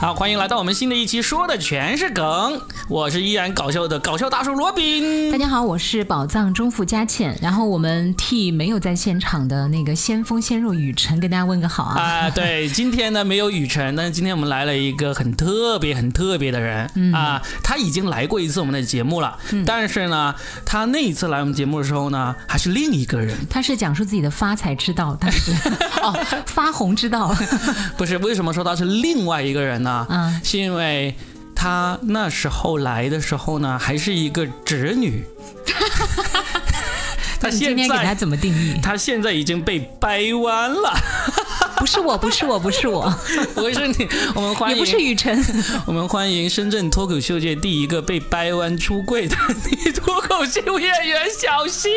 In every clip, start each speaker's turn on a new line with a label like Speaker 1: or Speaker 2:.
Speaker 1: 好，欢迎来到我们新的一期，说的全是梗。我是依然搞笑的搞笑大叔罗宾。
Speaker 2: 大家好，我是宝藏中富佳倩，然后我们替没有在现场的那个先锋先入雨辰跟大家问个好啊。
Speaker 1: 啊，对，今天呢没有雨辰，但是今天我们来了一个很特别、很特别的人、
Speaker 2: 嗯
Speaker 1: 啊，他已经来过一次我们的节目了，但是呢，他那一次来我们节目的时候呢，还是另一个人，
Speaker 2: 他是讲述自己的发财之道，他是 哦发红之道，
Speaker 1: 不是？为什么说他是另外一个人呢？
Speaker 2: 嗯
Speaker 1: 是因为他那时候来的时候呢，还是一个侄 女。他
Speaker 2: 你今
Speaker 1: 现
Speaker 2: 天给他
Speaker 1: 在，
Speaker 2: 怎么定义？
Speaker 1: 他现在已经被掰弯了。
Speaker 2: 不是我，不是我，不是我，
Speaker 1: 不是你，我们 欢
Speaker 2: 也
Speaker 1: 迎，
Speaker 2: 不是雨辰，
Speaker 1: 我们欢迎深圳脱口秀界第一个被掰弯出柜的女脱口秀演员小溪。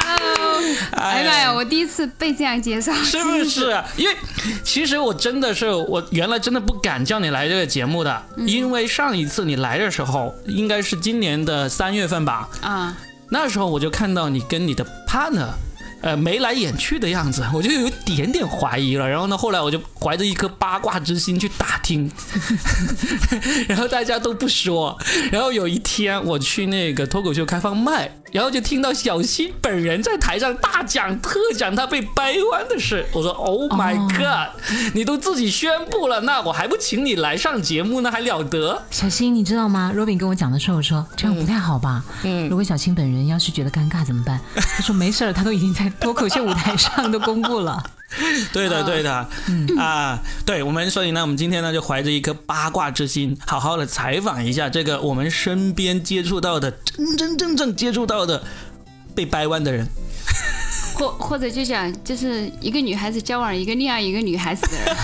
Speaker 3: Hello，哎呀我第一次被这样介绍，
Speaker 1: 是不是？因为其实我真的是，我原来真的不敢叫你来这个节目的，因为上一次你来的时候，应该是今年的三月份吧，
Speaker 3: 啊？
Speaker 1: 那时候我就看到你跟你的 partner。呃，眉来眼去的样子，我就有一点点怀疑了。然后呢，后来我就怀着一颗八卦之心去打听， 然后大家都不说。然后有一天我去那个脱口秀开放麦，然后就听到小溪本人在台上大讲特讲她被掰弯的事。我说 Oh my
Speaker 2: 哦
Speaker 1: god，、你都自己宣布了，那我还不请你来上节目呢，还了得？
Speaker 2: 小新，你知道吗？若饼跟我讲的时候，我说这样不太好吧。
Speaker 1: 嗯
Speaker 2: 如果小新本人要是觉得尴尬怎么办？他说没事儿，他都已经在脱口秀舞台上都公布了。
Speaker 1: 对的，对的，
Speaker 2: 嗯
Speaker 1: 啊，对，我们所以呢，我们今天呢就怀着一颗八卦之心，好好的采访一下这个我们身边接触到的真真正正接触到的被掰弯的人。
Speaker 3: 或或者就讲，就是一个女孩子交往一个恋爱一个女孩子的人，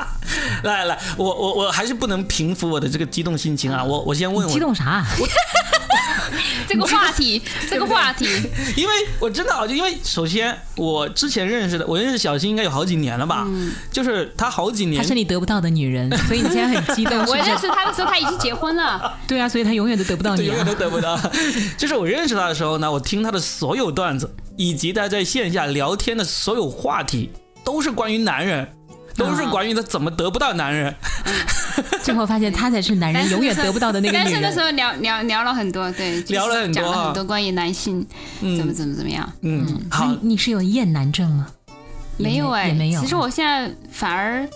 Speaker 1: 来来，我我我还是不能平复我的这个激动心情啊！我我先 问
Speaker 2: 激
Speaker 1: 我，
Speaker 2: 动啥？啊
Speaker 3: 这个话题，这个话 题，
Speaker 1: 因为我真的好，因为首先我之前认识的，我认识小新应该有好几年了吧，
Speaker 2: 嗯
Speaker 1: 就是他好几
Speaker 2: 她
Speaker 1: 年
Speaker 2: 是你得不到的女人，所以你现在 很激动，是
Speaker 3: 我
Speaker 2: 不
Speaker 3: 认
Speaker 2: 是？
Speaker 3: 识她的时候，她已经结婚了，
Speaker 2: 对啊，所以她永远都得不到
Speaker 1: 对，
Speaker 2: 你
Speaker 1: 永
Speaker 2: 啊
Speaker 1: 远。都得不到。 就是我认识他的时候呢，我听他的所有段子，以及他在线下聊天的所有话题，都是关于男人，都是关于他怎么得不到男人。
Speaker 2: 最后发现她才是男
Speaker 3: 但
Speaker 2: 人
Speaker 3: 是
Speaker 2: 哎永远
Speaker 3: 那时
Speaker 2: 得
Speaker 3: 候
Speaker 2: 不到的那个
Speaker 3: 但
Speaker 2: 女
Speaker 3: 是那时
Speaker 2: 人。
Speaker 3: 候聊聊聊了很多，对，就是
Speaker 1: 聊了很多
Speaker 3: 讲
Speaker 1: 啊
Speaker 3: 了很多关于男性怎么
Speaker 1: 嗯
Speaker 3: 怎么怎么样，
Speaker 1: 嗯，好
Speaker 2: 那，你是有厌男症吗？也
Speaker 3: 没有哎
Speaker 2: 也没，有。
Speaker 3: 其实我现在反而。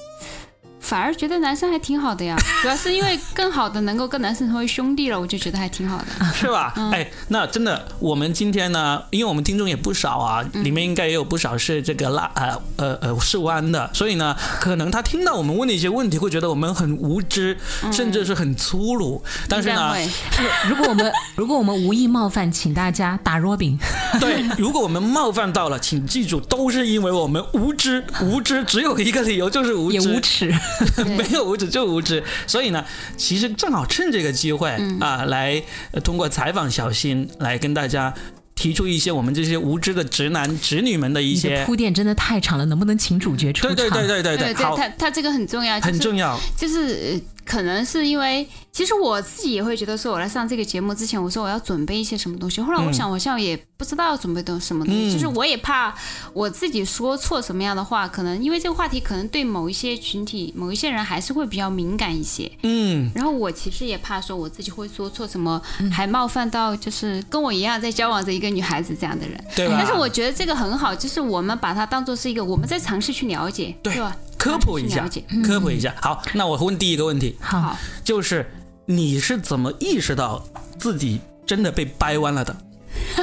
Speaker 3: 反而觉得男生还挺好的呀，主要是因为更好的能够跟男生成为兄弟了，我就觉得还挺好的。
Speaker 1: 是吧？哎，那真的，我们今天呢，因为我们听众也不少啊，里面应该也有不少是这个拉呃呃呃是弯的，所以呢，可能他听到我们问的一些问题，会觉得我们很无知，甚至是很粗鲁。但是
Speaker 3: 应该
Speaker 1: 呢，
Speaker 3: 会
Speaker 2: 如果我们如果我们无意冒犯，请大家打 Robin。
Speaker 1: 对， 如果我们冒犯到了，请记住，都是因为我们无知，无知只有一个理由，就是无知，
Speaker 2: 也无耻。
Speaker 3: 对
Speaker 1: 没有无知就无知。所以呢，其实正好趁这个机会、啊，来呃通过采访小新来跟大家提出一些我们这些无知的直男直女们的一
Speaker 2: 你
Speaker 1: 些
Speaker 2: 的，铺垫真的太长了，能不能请主角出
Speaker 1: 对
Speaker 2: 场？
Speaker 1: 对对对对
Speaker 3: 嗯对，
Speaker 1: 好，
Speaker 3: 他他这个很重要，就是
Speaker 1: 很重要，
Speaker 3: 就是呃可能是因为，其实我自己也会觉得说，我来上这个节目之前，我说我要准备一些什么东西。后来我想，我好像也不知道准备东什么东西，
Speaker 1: 嗯
Speaker 3: 就是我也怕我自己说错什么样的话，可能因为这个话题可能对某一些群体、某一些人还是会比较敏感一些。
Speaker 1: 嗯。
Speaker 3: 然后我其实也怕说我自己会说错什么，还冒犯到就是跟我一样在交往着一个女孩子这样的人。
Speaker 1: 对吧？
Speaker 3: 但是我觉得这个很好，就是我们把它当做是一个，我们在尝试去了解，
Speaker 1: 对
Speaker 3: 对吧？
Speaker 1: 科普一下
Speaker 3: 尝试去了解，
Speaker 1: 科普一下。好，那我问第一个问题，
Speaker 2: 好，
Speaker 3: 好，
Speaker 1: 就是你是怎么意识到自己真的被掰弯了的？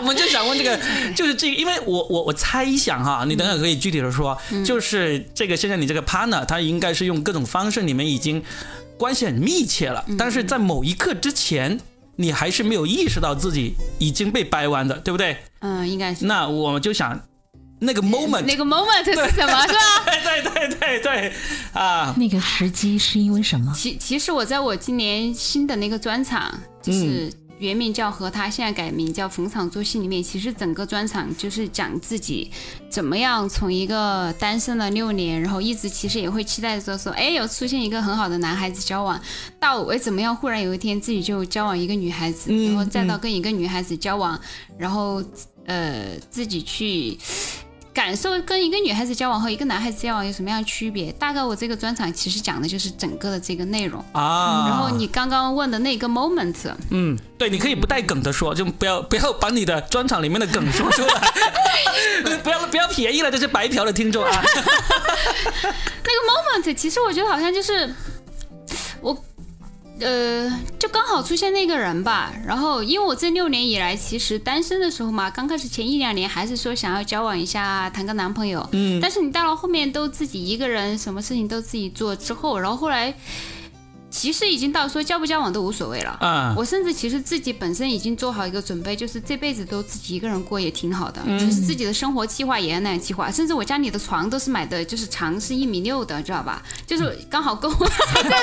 Speaker 1: 我们就想问这个，就是这个，因为我我我猜想哈，你等等可以具体的说，
Speaker 3: 嗯
Speaker 1: 就是这个现在你这个 partner 他应该是用各种方式，你们已经关系很密切了，
Speaker 3: 嗯
Speaker 1: 但是在某一刻之前，你还是没有意识到自己已经被掰弯的，对不对？
Speaker 3: 嗯，应该是。
Speaker 1: 那我就想那个 moment，
Speaker 3: 那个 moment 是什么，是吧？
Speaker 1: 对对对对对啊，
Speaker 2: 那个时机是因为什么？
Speaker 3: 其其实我在我今年新的那个专场，
Speaker 1: 嗯
Speaker 3: 就是原名叫和他，现在改名叫逢场作戏里面，其实整个专场就是讲自己怎么样从一个单身了六年，然后一直其实也会期待着说，哎，有出现一个很好的男孩子交往，到我怎么样，忽然有一天自己就交往一个女孩子，
Speaker 1: 嗯
Speaker 3: 然后再到跟一个女孩子交往，然后呃自己去感受跟一个女孩子交往和一个男孩子交往有什么样的区别？大概我这个专场其实讲的就是整个的这个内容。
Speaker 1: 啊。
Speaker 3: 嗯然后你刚刚问的那个 moment，
Speaker 1: 嗯，对，你可以不带梗的说，就不要不要把你的专场里面的梗说出 来，不要不要便宜了这些白嫖的听众啊。
Speaker 3: 那个 moment，其实我觉得好像就是我，呃，就刚好出现那个人吧。然后，因为我这六年以来，其实单身的时候嘛，刚开始前一两年还是说想要交往一下，谈个男朋友。嗯。但是你到了后面都自己一个人，什么事情都自己做之后，然后后来其实已经到说交不交往都无所谓了。
Speaker 1: 啊，
Speaker 3: 我甚至其实自己本身已经做好一个准备，就是这辈子都自己一个人过也挺好的，就是自己的生活计划也要那样计划。甚至我家里的床都是买的，就是长是一米六的，知道吧？就是刚好够我。真的，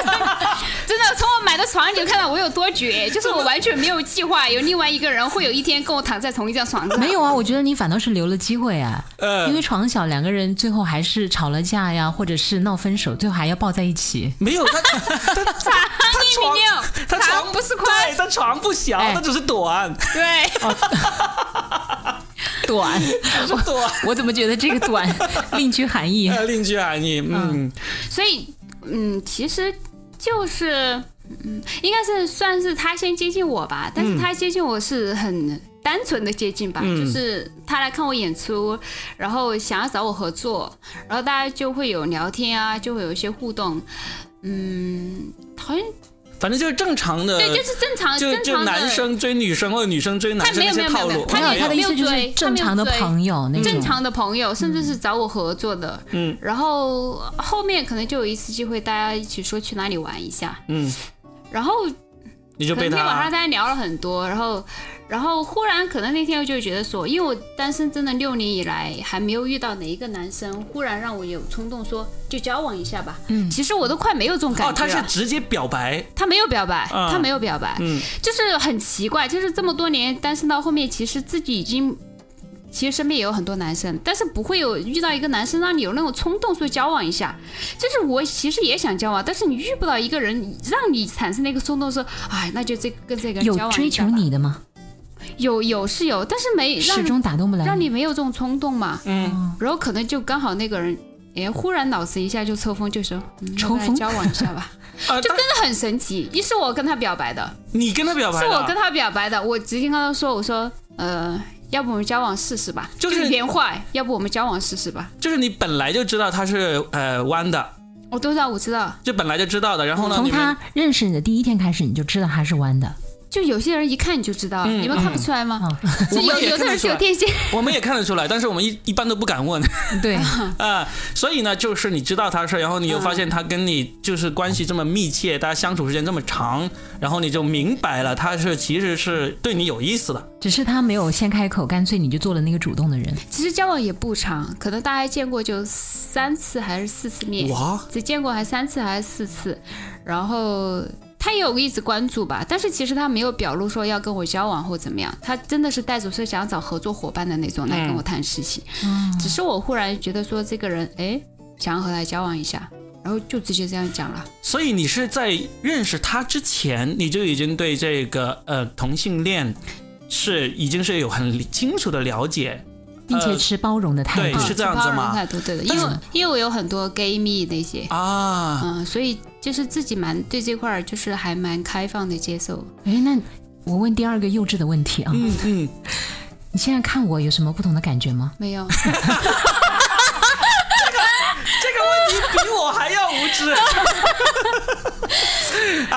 Speaker 3: 真的从我买的床你就看到我有多 绝，就是我完全没有计划，有另外一个人会有一天跟我躺在同一张床上。
Speaker 2: 没有啊，我觉得你反倒是留了机会啊，
Speaker 1: 呃
Speaker 2: 因，为床小，两个人最后还是吵了架呀，或者是闹分手，最后还要抱在一起。
Speaker 1: 没有他他他
Speaker 3: 床一米六，
Speaker 1: 他
Speaker 3: 床不是宽
Speaker 1: 对，，他床不小，
Speaker 2: 哎
Speaker 1: 他只是短，
Speaker 3: 对，
Speaker 2: 哦 短，
Speaker 1: 只是 短。
Speaker 2: 我怎么觉得这个短另 具含义？啊
Speaker 1: 呃，另居含义，嗯，
Speaker 3: 所以，嗯，其实就是，嗯，应该是算是他先接近我
Speaker 1: 嗯
Speaker 3: 吧，但是他接近我是很单纯的接近吧，
Speaker 1: 嗯
Speaker 3: 就是他来看我演出，然后想要找我合作，然后大家就会有聊天啊，就会有一些互动，嗯，好像
Speaker 1: 反正就是正常的，
Speaker 3: 对，就是正常
Speaker 1: 呃就
Speaker 3: 正
Speaker 1: 就
Speaker 3: 常的
Speaker 1: 男生追女生或者女生追男生
Speaker 3: 他
Speaker 1: 那
Speaker 3: 没有
Speaker 1: 些套
Speaker 3: 没有
Speaker 1: 路，
Speaker 3: 没有
Speaker 2: 他的意思就
Speaker 3: 他没有
Speaker 2: 是
Speaker 3: 追
Speaker 2: 正常的朋友那种。
Speaker 3: 正常的朋友，甚至是找我合作的，
Speaker 1: 嗯，
Speaker 3: 然后后面可能就有一次机会，大家一起说去哪里玩一下，
Speaker 1: 嗯，
Speaker 3: 然后
Speaker 1: 你就
Speaker 3: 可
Speaker 1: 被
Speaker 3: 能那天晚上
Speaker 1: 他
Speaker 3: 大家聊了很多，然后，然后忽然可能那天我就觉得说，因为我单身真的六年以来还没有遇到哪一个男生忽然让我有冲动说就交往一下吧。嗯，其实我都快没有这种感
Speaker 1: 哦，
Speaker 3: 觉啊
Speaker 1: 他
Speaker 3: 了。
Speaker 1: 是直接表白，
Speaker 3: 他没有表白，
Speaker 1: 嗯
Speaker 3: 他没有表白，
Speaker 1: 嗯
Speaker 3: 就是很奇怪，就是这么多年单身到后面，其实自己已经。其实身边也有很多男生，但是不会有遇到一个男生让你有那种冲动说交往一下。就是我其实也想交往，但是你遇不到一个人让你产生那个冲动说，哎，那就这跟这个人交往
Speaker 2: 有
Speaker 3: 一下
Speaker 2: 追求
Speaker 3: 吧
Speaker 2: 你的吗？
Speaker 3: 有有是有，但是没让
Speaker 2: 始终打动不了
Speaker 3: 让
Speaker 2: 你。
Speaker 3: 你没有这种冲动嘛。
Speaker 1: 嗯，
Speaker 3: 然后可能就刚好那个人，哎，忽然脑子一下就抽风，就说、嗯、
Speaker 2: 抽风
Speaker 3: 要不然交往一下吧，
Speaker 1: 啊，
Speaker 3: 就
Speaker 1: 他
Speaker 3: 真的很神奇。一是我跟他表白的，
Speaker 1: 你跟他表白
Speaker 3: 是
Speaker 1: 了，
Speaker 3: 我跟他表白的，我直接跟他说，我说呃，要不我们交往试试吧，
Speaker 1: 就
Speaker 3: 就是原话，要不我们交往试试吧。
Speaker 1: 就是你本来就知道他是呃弯的，
Speaker 3: 我都知道，我知道，
Speaker 1: 就本来就知道的，然后呢，
Speaker 2: 从
Speaker 1: 你们
Speaker 2: 他认识你的第一天开始，你就知道他是弯的。
Speaker 3: 就有些人一看你就知道，
Speaker 1: 嗯
Speaker 3: 你们看不出来吗？
Speaker 2: 啊，
Speaker 3: 就
Speaker 1: 我
Speaker 3: 有
Speaker 1: 们也
Speaker 3: 有的
Speaker 1: 看得
Speaker 3: 人
Speaker 1: 出
Speaker 3: 是有
Speaker 1: 来，
Speaker 3: 电线，
Speaker 1: 我们也看得出来，但是我们一一般都不敢 问啊、
Speaker 2: 对，
Speaker 1: 所以呢，就是你知道他是，然后你
Speaker 3: 嗯
Speaker 1: 又发现他跟你就是关系这么密切，大家相处时间这么长，然后你就明白了他是其实是对你有意思的。
Speaker 2: 只是他没有先开口，干脆你就做了那个主动的人。
Speaker 3: 其实交往也不长，可能大概见过就三次还是四次面。
Speaker 1: 哇，
Speaker 3: 只见过还三次还是四次，然后他也有一直关注吧，但是其实他没有表露说要跟我交往或怎么样，他真的是带着说想要找合作伙伴的那种来跟我谈事情，只是我忽然觉得说这个人哎想要和他交往一下，然后就直接这样讲了，
Speaker 1: 所以你是在认识他之前，你就已经对这个呃同性恋是已经是有很清楚的了解，
Speaker 2: 并且
Speaker 1: 呃
Speaker 2: 持包容的态
Speaker 1: 对
Speaker 2: 度
Speaker 1: 你。是这样子吗
Speaker 3: 嗯包容态度对的，因为因为我有很多 gay 蜜那些，
Speaker 1: 啊。
Speaker 3: 嗯，所以就是自己蛮对这块儿就是还蛮开放的接受，
Speaker 2: 哎，那我问第二个幼稚的问题啊，
Speaker 1: 嗯嗯，
Speaker 2: 你现在看我有什么不同的感觉吗？
Speaker 3: 没有。
Speaker 1: 这个问题比我还要无 知。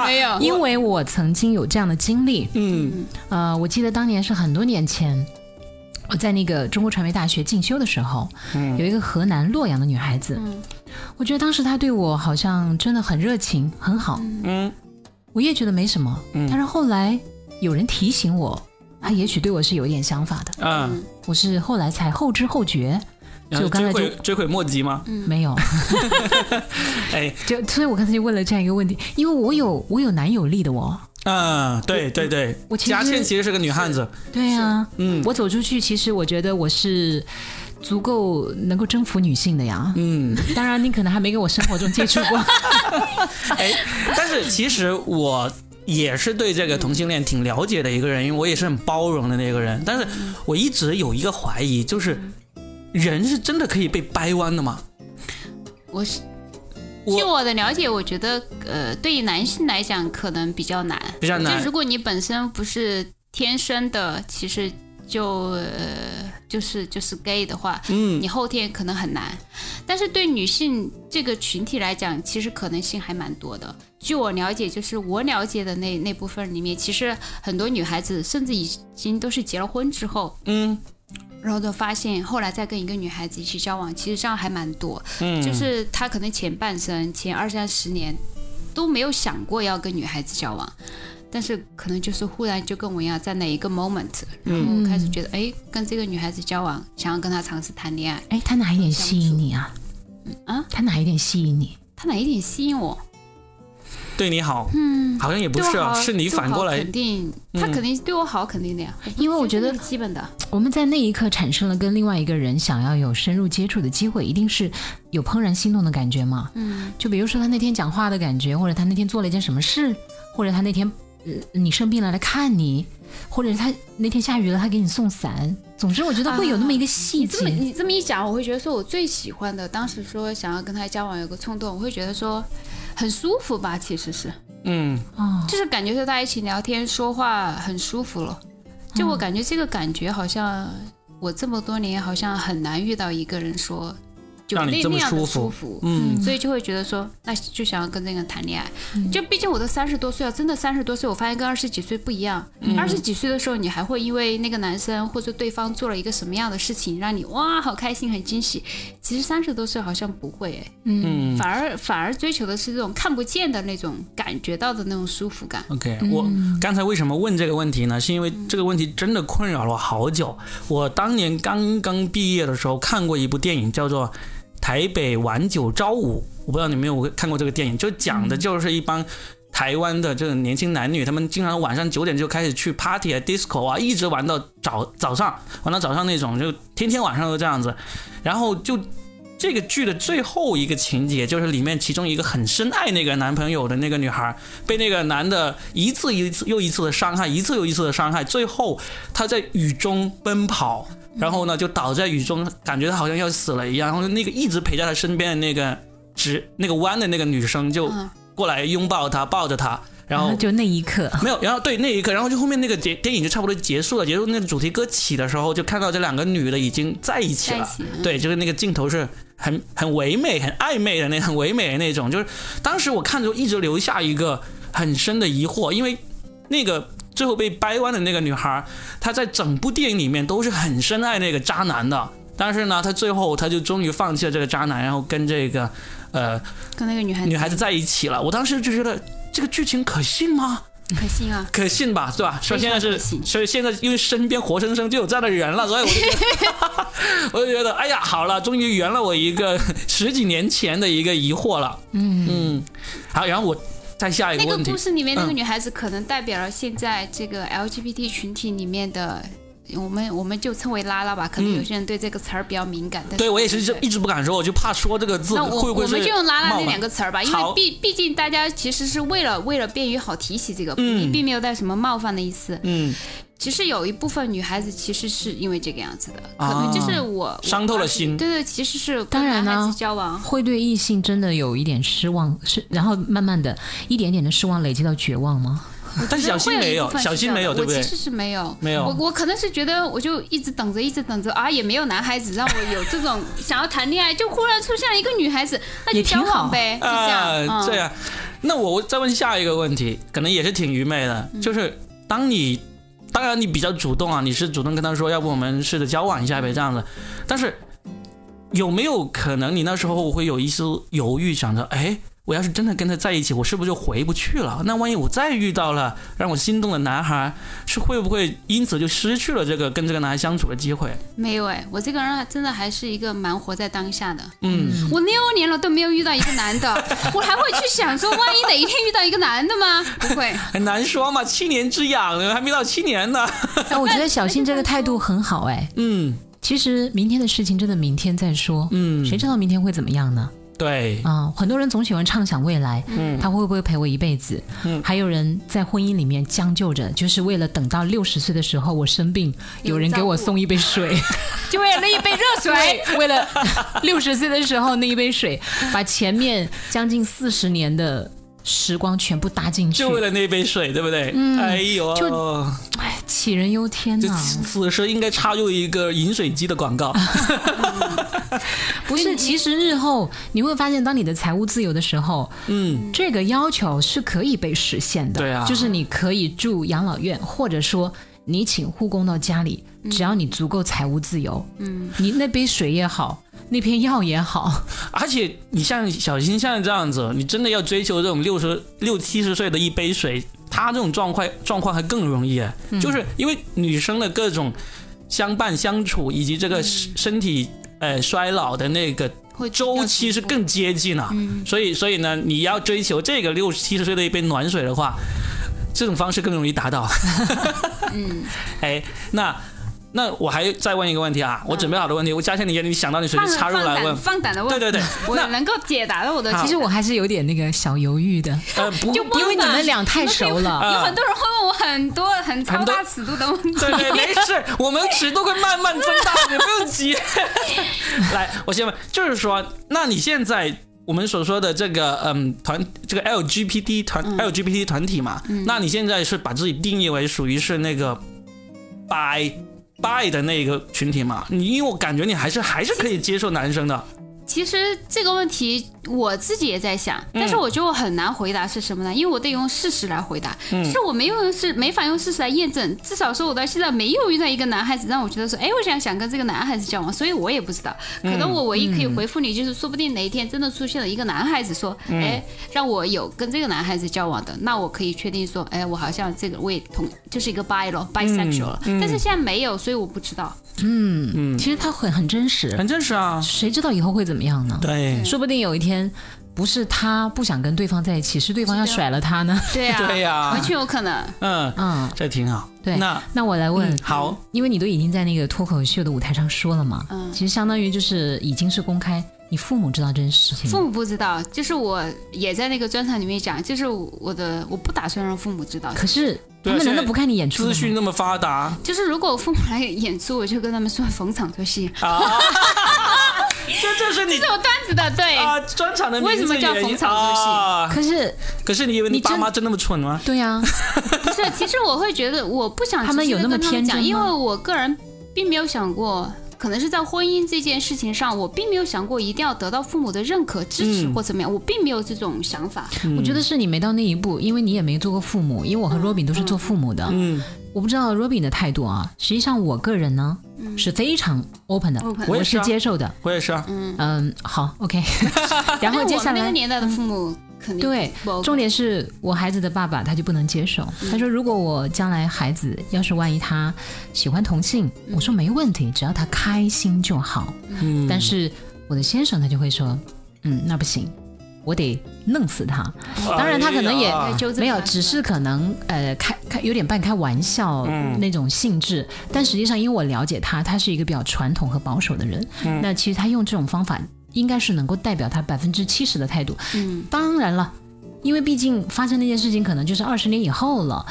Speaker 3: 没有，
Speaker 2: 因为我曾经有这样的经历，
Speaker 1: 嗯
Speaker 2: 呃，我记得当年是很多年前，我在那个中国传媒大学进修的时候，有一个河南洛阳的女孩子，我觉得当时她对我好像真的很热情，很好，
Speaker 1: 嗯
Speaker 2: 我也觉得没什么。但是后来有人提醒我，她也许对我是有点想法的，
Speaker 1: 嗯，
Speaker 2: 我是后来才后知后觉，所以我刚才
Speaker 1: 追
Speaker 2: 就
Speaker 1: 悔追悔莫及
Speaker 3: 嗯
Speaker 1: 吗？
Speaker 2: 没有。
Speaker 1: 哎，
Speaker 2: 就所以，我刚才就问了这样一个问题，因为我有我有男友力的哦我，
Speaker 1: 嗯，对对对，
Speaker 2: 我其实
Speaker 1: 佳倩其实是个女汉子，
Speaker 2: 对啊，
Speaker 1: 嗯
Speaker 2: 我走出去，其实我觉得我是足够能够征服女性的呀。
Speaker 1: 嗯，
Speaker 2: 当然，你可能还没跟我生活中接触 过，
Speaker 1: 哎，但是其实我。也是对这个同性恋挺了解的一个人，因为我也是很包容的那个人。但是我一直有一个怀疑，就是人是真的可以被掰弯的吗？
Speaker 3: 我是
Speaker 1: 我
Speaker 3: 据我的了解，我觉得呃，对于男性来讲可能比较难，
Speaker 1: 比较难
Speaker 3: 就如果你本身不是天生的，其实就呃就是就是 gay 的话，
Speaker 1: 嗯
Speaker 3: 你后天可能很难。但是对女性这个群体来讲，其实可能性还蛮多的。据我了解，就是我了解的那那部分里面，其实很多女孩子甚至已经都是结了婚之后，
Speaker 1: 嗯
Speaker 3: 然后就发现后来再跟一个女孩子一起交往，其实这样还蛮多。
Speaker 1: 嗯，
Speaker 3: 就是他可能前半生前二三十年都没有想过要跟女孩子交往，但是可能就是忽然就跟我一样，在哪一个 moment，然
Speaker 1: 嗯
Speaker 3: 后开始觉得哎、诶跟这个女孩子交往，想要跟她尝试谈恋爱，
Speaker 2: 哎，他哪一点吸引你啊？
Speaker 3: 啊，
Speaker 2: 他哪一点吸引你？
Speaker 3: 她哪一点吸引我？
Speaker 1: 对你好，
Speaker 3: 嗯，
Speaker 1: 好像也不
Speaker 3: 对
Speaker 1: 是
Speaker 3: 我
Speaker 1: 啊，
Speaker 3: 好
Speaker 1: 是你
Speaker 3: 对我
Speaker 1: 反
Speaker 3: 好
Speaker 1: 过来
Speaker 3: 肯，定她
Speaker 1: 嗯
Speaker 3: 肯定对我好，肯定的呀，
Speaker 2: 因为我觉得
Speaker 3: 这是基本的，
Speaker 2: 我们在那一刻产生了跟另外一个人想要有深入接触的机会，一定是有怦然心动的感觉嘛。
Speaker 3: 嗯
Speaker 2: 就比如说他那天讲话的感觉，或者他那天做了一件什么事，或者他那天呃你生病了来看你，或者他那天下雨了他给你送伞。总之，我觉得会有那么一个细
Speaker 3: 你这么
Speaker 2: 节。
Speaker 3: 你这么一讲，我会觉得说我最喜欢的，当时说想要跟他交往有个冲动，我会觉得说很舒服吧，其实是。
Speaker 1: 嗯，
Speaker 2: 哦，
Speaker 3: 就是感觉在大家一起聊天说话很舒服了。就我感觉这个感觉好像我这么多年好像很难遇到一个人说就
Speaker 1: 让
Speaker 3: 那
Speaker 1: 你这么
Speaker 3: 那样的
Speaker 1: 舒
Speaker 3: 舒
Speaker 1: 服
Speaker 3: 服。
Speaker 1: 嗯
Speaker 3: 所以就会觉得说，那就想要跟这个人谈恋爱。就毕竟我都三十多岁了，啊真的三十多岁，我发现跟二十几岁不一样。
Speaker 1: 嗯
Speaker 3: 二十、几岁的时候，你还会因为那个男生或者对方做了一个什么样的事情，让你哇好开心、很惊喜。其实三十多岁好像不会，哎，
Speaker 1: 嗯
Speaker 3: 反而反而追求的是这种看不见的那种感觉到的那种舒服感。
Speaker 1: OK，我刚才为什么问这个问题呢？是因为这个问题真的困扰了我好久。我当年刚刚毕业的时候看过一部电影，叫做《台北晚九朝五》，我不知道你们有没有看过这个电影，就讲的就是一帮。台湾的这种年轻男女，他们经常晚上九点就开始去 party 啊、disco 啊，一直玩到早早上，玩到早上那种，就天天晚上都这样子。然后就这个剧的最后一个情节，就是里面其中一个很深爱那个男朋友的那个女孩，被那个男的一次一次又一次的伤害，一次又一次的伤害，最后她在雨中奔跑，然后呢就倒在雨中，感觉她好像要死了一样。然后那个一直陪在她身边的那个直那个弯的那个女生就
Speaker 3: 嗯
Speaker 1: 过来拥抱她，抱着她，然后
Speaker 2: 啊就那一刻，
Speaker 1: 没有，然后对那一刻，然后就后面那个结电影就差不多结束了，结束那个主题歌起的时候，就看到这两个女的已经在一起了
Speaker 3: 在一起，嗯
Speaker 1: 对，就是那个镜头是很很唯美、很暧昧的那很唯美的那种，就是当时我看的时候一直留下一个很深的疑惑，因为那个。最后被掰弯的那个女孩，她在整部电影里面都是很深爱那个渣男的，但是呢，她最后她就终于放弃了这个渣男，然后跟这个呃
Speaker 3: 跟那个女孩子
Speaker 1: 女孩子在一起了。我当时就觉得这个剧情可信吗？
Speaker 3: 可信啊，
Speaker 1: 可信吧，对吧？所以现在
Speaker 3: 非
Speaker 1: 是，
Speaker 3: 常可信
Speaker 1: 所以现在因为身边活生生就有这样的人了，所以我就觉得，我就觉得，哎呀，好了，终于圆了我一个十几年前的一个疑惑了。嗯嗯，好，然后我再下一
Speaker 3: 那
Speaker 1: 个
Speaker 3: 个
Speaker 1: 问题
Speaker 3: 故，事里面那个
Speaker 1: 嗯
Speaker 3: 女孩子可能代表了现在这个 LGBT 群体里面的，我们我们就称为拉拉吧。可能
Speaker 1: 嗯
Speaker 3: 有些人对这个词儿比较敏感，但
Speaker 1: 对我也是就一直不敢说，我就怕说这个字
Speaker 3: 那我
Speaker 1: 会不会
Speaker 3: 我
Speaker 1: 是
Speaker 3: 们就用“拉拉”
Speaker 1: 冒
Speaker 3: 那
Speaker 1: 犯
Speaker 3: 两个词儿吧，因
Speaker 1: 好
Speaker 3: 为毕毕竟大家其实是为了为了便于好提起这个，
Speaker 1: 嗯
Speaker 3: 并并没有带什么冒犯的意思。
Speaker 1: 嗯
Speaker 3: 其实有一部分女孩子其实是因为这个样子的，
Speaker 1: 啊
Speaker 3: 可能就是我
Speaker 1: 伤透了心
Speaker 3: 我对对，其实是跟
Speaker 2: 当然
Speaker 3: 男孩
Speaker 2: 呢
Speaker 3: 子交往，
Speaker 2: 会对异性真的有一点失望，是然后慢慢的一点点的失望累积到绝望吗？
Speaker 1: 但是小新没有
Speaker 3: 会一部分是
Speaker 1: 小新
Speaker 3: 这样的
Speaker 1: 没有对不对
Speaker 3: 我其实是没有，
Speaker 1: 没有
Speaker 3: 我我可能是觉得，我就一直等着，一直等着啊，也没有男孩子让我有这种想要谈恋爱，就忽然出现了一个女孩子，那就
Speaker 2: 也挺
Speaker 3: 交
Speaker 2: 好
Speaker 3: 往呗，就这
Speaker 1: 啊，
Speaker 3: 样。嗯
Speaker 1: 这样。那我再问下一个问题，可能也是挺愚昧的，
Speaker 3: 嗯
Speaker 1: 就是当你，当然你比较主动啊，你是主动跟他说，要不我们试着交往一下呗，这样子。但是有没有可能你那时候会有一丝犹豫，想着，哎，我要是真的跟他在一起，我是不是就回不去了？那万一我再遇到了让我心动的男孩，是会不会因此就失去了这个跟这个男孩相处的机会？
Speaker 3: 没有哎，我这个人还真的还是一个蛮活在当下的。
Speaker 1: 嗯，
Speaker 3: 我六年了都没有遇到一个男的，我还会去想说，万一哪一天遇到一个男的吗？不会，
Speaker 1: 很难说嘛，七年之痒还没到七年呢。
Speaker 2: 哎，我觉得小新这个态度很好，哎，
Speaker 1: 嗯
Speaker 2: 其实明天的事情真的明天再说，
Speaker 1: 嗯，
Speaker 2: 谁知道明天会怎么样呢？
Speaker 1: 对，
Speaker 2: 啊、很多人总喜欢畅想未来，
Speaker 1: 嗯
Speaker 2: 他会不会陪我一辈子？还有人在婚姻里面将就着，就是为了等到六十岁的时候我生病，有人给我送一杯水， 就为了一杯热水，为了 六十岁的时候那一杯水，把前面将近四十年的时光全部搭进去
Speaker 1: 就，为了那杯水，对不对？哎呦，
Speaker 2: 就杞人忧天
Speaker 1: 就
Speaker 2: 呐、
Speaker 1: 此此时应该插入一个饮水机的广告。
Speaker 2: 不
Speaker 1: 哎
Speaker 2: 是，其实日后你会发现，当你的财务自由的时候，
Speaker 1: 嗯，
Speaker 2: 这个要求是可以被实现的。
Speaker 1: 对啊
Speaker 2: 就是你可以住养老院，或者说你请护工到家里，
Speaker 1: 嗯
Speaker 2: 只要你足够财务自由，嗯，你那杯水也好，那片药也好，
Speaker 1: 而且你像小新像这样子，你真的要追求这种六十六七十岁的一杯水，他这种状况状况还更容易哎，就是因为女生的各种相伴相处以及这个身身体呃衰老的那个
Speaker 3: 会
Speaker 1: 周期是更接近了、
Speaker 3: 嗯
Speaker 1: 所以所以呢，你要追求这个六七十岁的一杯暖水的话，这种方式更容易达到。
Speaker 3: 嗯，
Speaker 1: 哎，那那我还再问一个问题啊，我准备好的问题，我嘉倩你你想到你随
Speaker 3: 放
Speaker 1: 时插入
Speaker 3: 放
Speaker 1: 来问
Speaker 3: 胆，放胆的
Speaker 1: 对
Speaker 3: 问，
Speaker 1: 对对，
Speaker 3: 我
Speaker 1: 那
Speaker 3: 能够解答到我的
Speaker 1: 好
Speaker 3: 其
Speaker 2: 其
Speaker 3: 实
Speaker 2: 实我还是有点那个小犹豫的，
Speaker 1: 呃不，
Speaker 3: 就
Speaker 2: 因为你们俩太熟了。
Speaker 1: 啊
Speaker 3: 有很多人会问我很多很超
Speaker 1: 很多
Speaker 3: 大尺度的问题，
Speaker 1: 对对，没事，我们尺度会慢慢增大，你不用急。来，我先问，就是说，那你现在我们所说的这个嗯团，这个 LGBT 团、LGBT 团体嘛，那你现在是把自己定义为属于是那个 bi bi 的那个群体嘛？你因为我感觉你还是还是可以接受男生的，
Speaker 3: 其实这个问题我自己也在想，但
Speaker 1: 嗯
Speaker 3: 是我觉得我很难回答是什么呢？因为我得用事实来回答，
Speaker 1: 嗯
Speaker 3: 就是我没有用事，没法用事实来验证。至少说我到现在没有遇到一个男孩子让我觉得说，哎，我想想跟这个男孩子交往，所以我也不知道。可
Speaker 1: 嗯
Speaker 3: 能我唯一可以回复你就是，说不定哪一天真的出现了一个男孩子说，
Speaker 1: 嗯
Speaker 3: 哎，让我有跟这个男孩子交往的，那我可以确定说，哎，我好像这个我也同就是一个 bi 咯，bisexual
Speaker 1: 嗯
Speaker 3: 了。但是现在没有，所以我不知道。
Speaker 2: 嗯，其实它很很真实，
Speaker 1: 很正式啊。
Speaker 2: 谁知道以后会怎么样呢？
Speaker 1: 对
Speaker 2: 说不定有一天，不是他不想跟对方在一起，是对方要
Speaker 3: 是的
Speaker 2: 甩了他呢。
Speaker 3: 对啊，
Speaker 1: 对呀、
Speaker 3: 完全有可能。
Speaker 1: 嗯，
Speaker 2: 嗯，
Speaker 1: 这挺好。
Speaker 2: 对
Speaker 1: 那
Speaker 2: 那我来问，
Speaker 1: 嗯好，
Speaker 2: 因为你都已经在那个脱口秀的舞台上说了嘛，
Speaker 3: 嗯
Speaker 2: 其实相当于就是已经是公开，你父母知道这件事情吗，
Speaker 3: 父母不知道，就是我也在那个专场里面讲，就是我的我不打算让父母知道。
Speaker 2: 可是他
Speaker 1: 对啊
Speaker 2: 们难
Speaker 1: 现
Speaker 2: 道
Speaker 1: 在
Speaker 2: 不看你演出
Speaker 1: 资
Speaker 2: 的吗？
Speaker 1: 讯那么发达
Speaker 3: 就是如果我父母来演出，我就跟他们说逢场作戏，
Speaker 1: 啊，这就是你
Speaker 3: 这种段子的，对，
Speaker 2: 哎
Speaker 1: 啊，专场的名字
Speaker 3: 为什么叫
Speaker 1: 原因
Speaker 3: 逢场作戏
Speaker 1: 啊？
Speaker 2: 可是，
Speaker 1: 可是你以为你
Speaker 2: 你真
Speaker 1: 爸妈真那么蠢吗？
Speaker 2: 对啊呀、
Speaker 3: 不是。其实我会觉得我不想
Speaker 2: 他们
Speaker 3: 直接
Speaker 2: 有那么
Speaker 3: 跟他们讲
Speaker 2: 天真
Speaker 3: 因
Speaker 2: 吗
Speaker 3: 为我个人并没有想过。可能是在婚姻这件事情上，我并没有想过一定要得到父母的认可、支持
Speaker 1: 嗯
Speaker 3: 或怎么样，我并没有这种想法。
Speaker 2: 我觉得是你没到那一步，因为你也没做过父母，因为我和 Robin 都是做父母的，
Speaker 1: 嗯，
Speaker 2: 我不知道 Robin 的态度啊。实际上，我个人呢、是非常 open 的
Speaker 3: 嗯 open
Speaker 1: 我也是
Speaker 2: 是
Speaker 1: 啊
Speaker 2: 接受的。
Speaker 1: 我也是啊，
Speaker 2: 嗯，好，OK。然 后
Speaker 3: 但
Speaker 2: 接
Speaker 3: 我
Speaker 2: 下
Speaker 3: 们那个
Speaker 2: 来。
Speaker 3: 年代的父母肯定
Speaker 2: 对
Speaker 3: 不 OK
Speaker 2: 重点是我孩子的爸爸他就不能接受，他说如果我将来孩子要是万一他喜欢同性，我说没问题，只要他开心就好。
Speaker 1: 嗯，
Speaker 2: 但是我的先生他就会说，嗯，那不行，我得弄死他。当然他可能也
Speaker 1: 嗯哎
Speaker 3: 对
Speaker 1: 呀
Speaker 3: 纠正
Speaker 2: 啊没有，
Speaker 3: 他
Speaker 2: 只是可能呃开开有点半开玩笑、那种性质，但实际上因为我了解他，他是一个比较传统和保守的人，那其实他用这种方法应该是能够代表他百分之七十的态度。
Speaker 3: 嗯，
Speaker 2: 当然了，因为毕竟发生那件事情可能就是二十年以后了，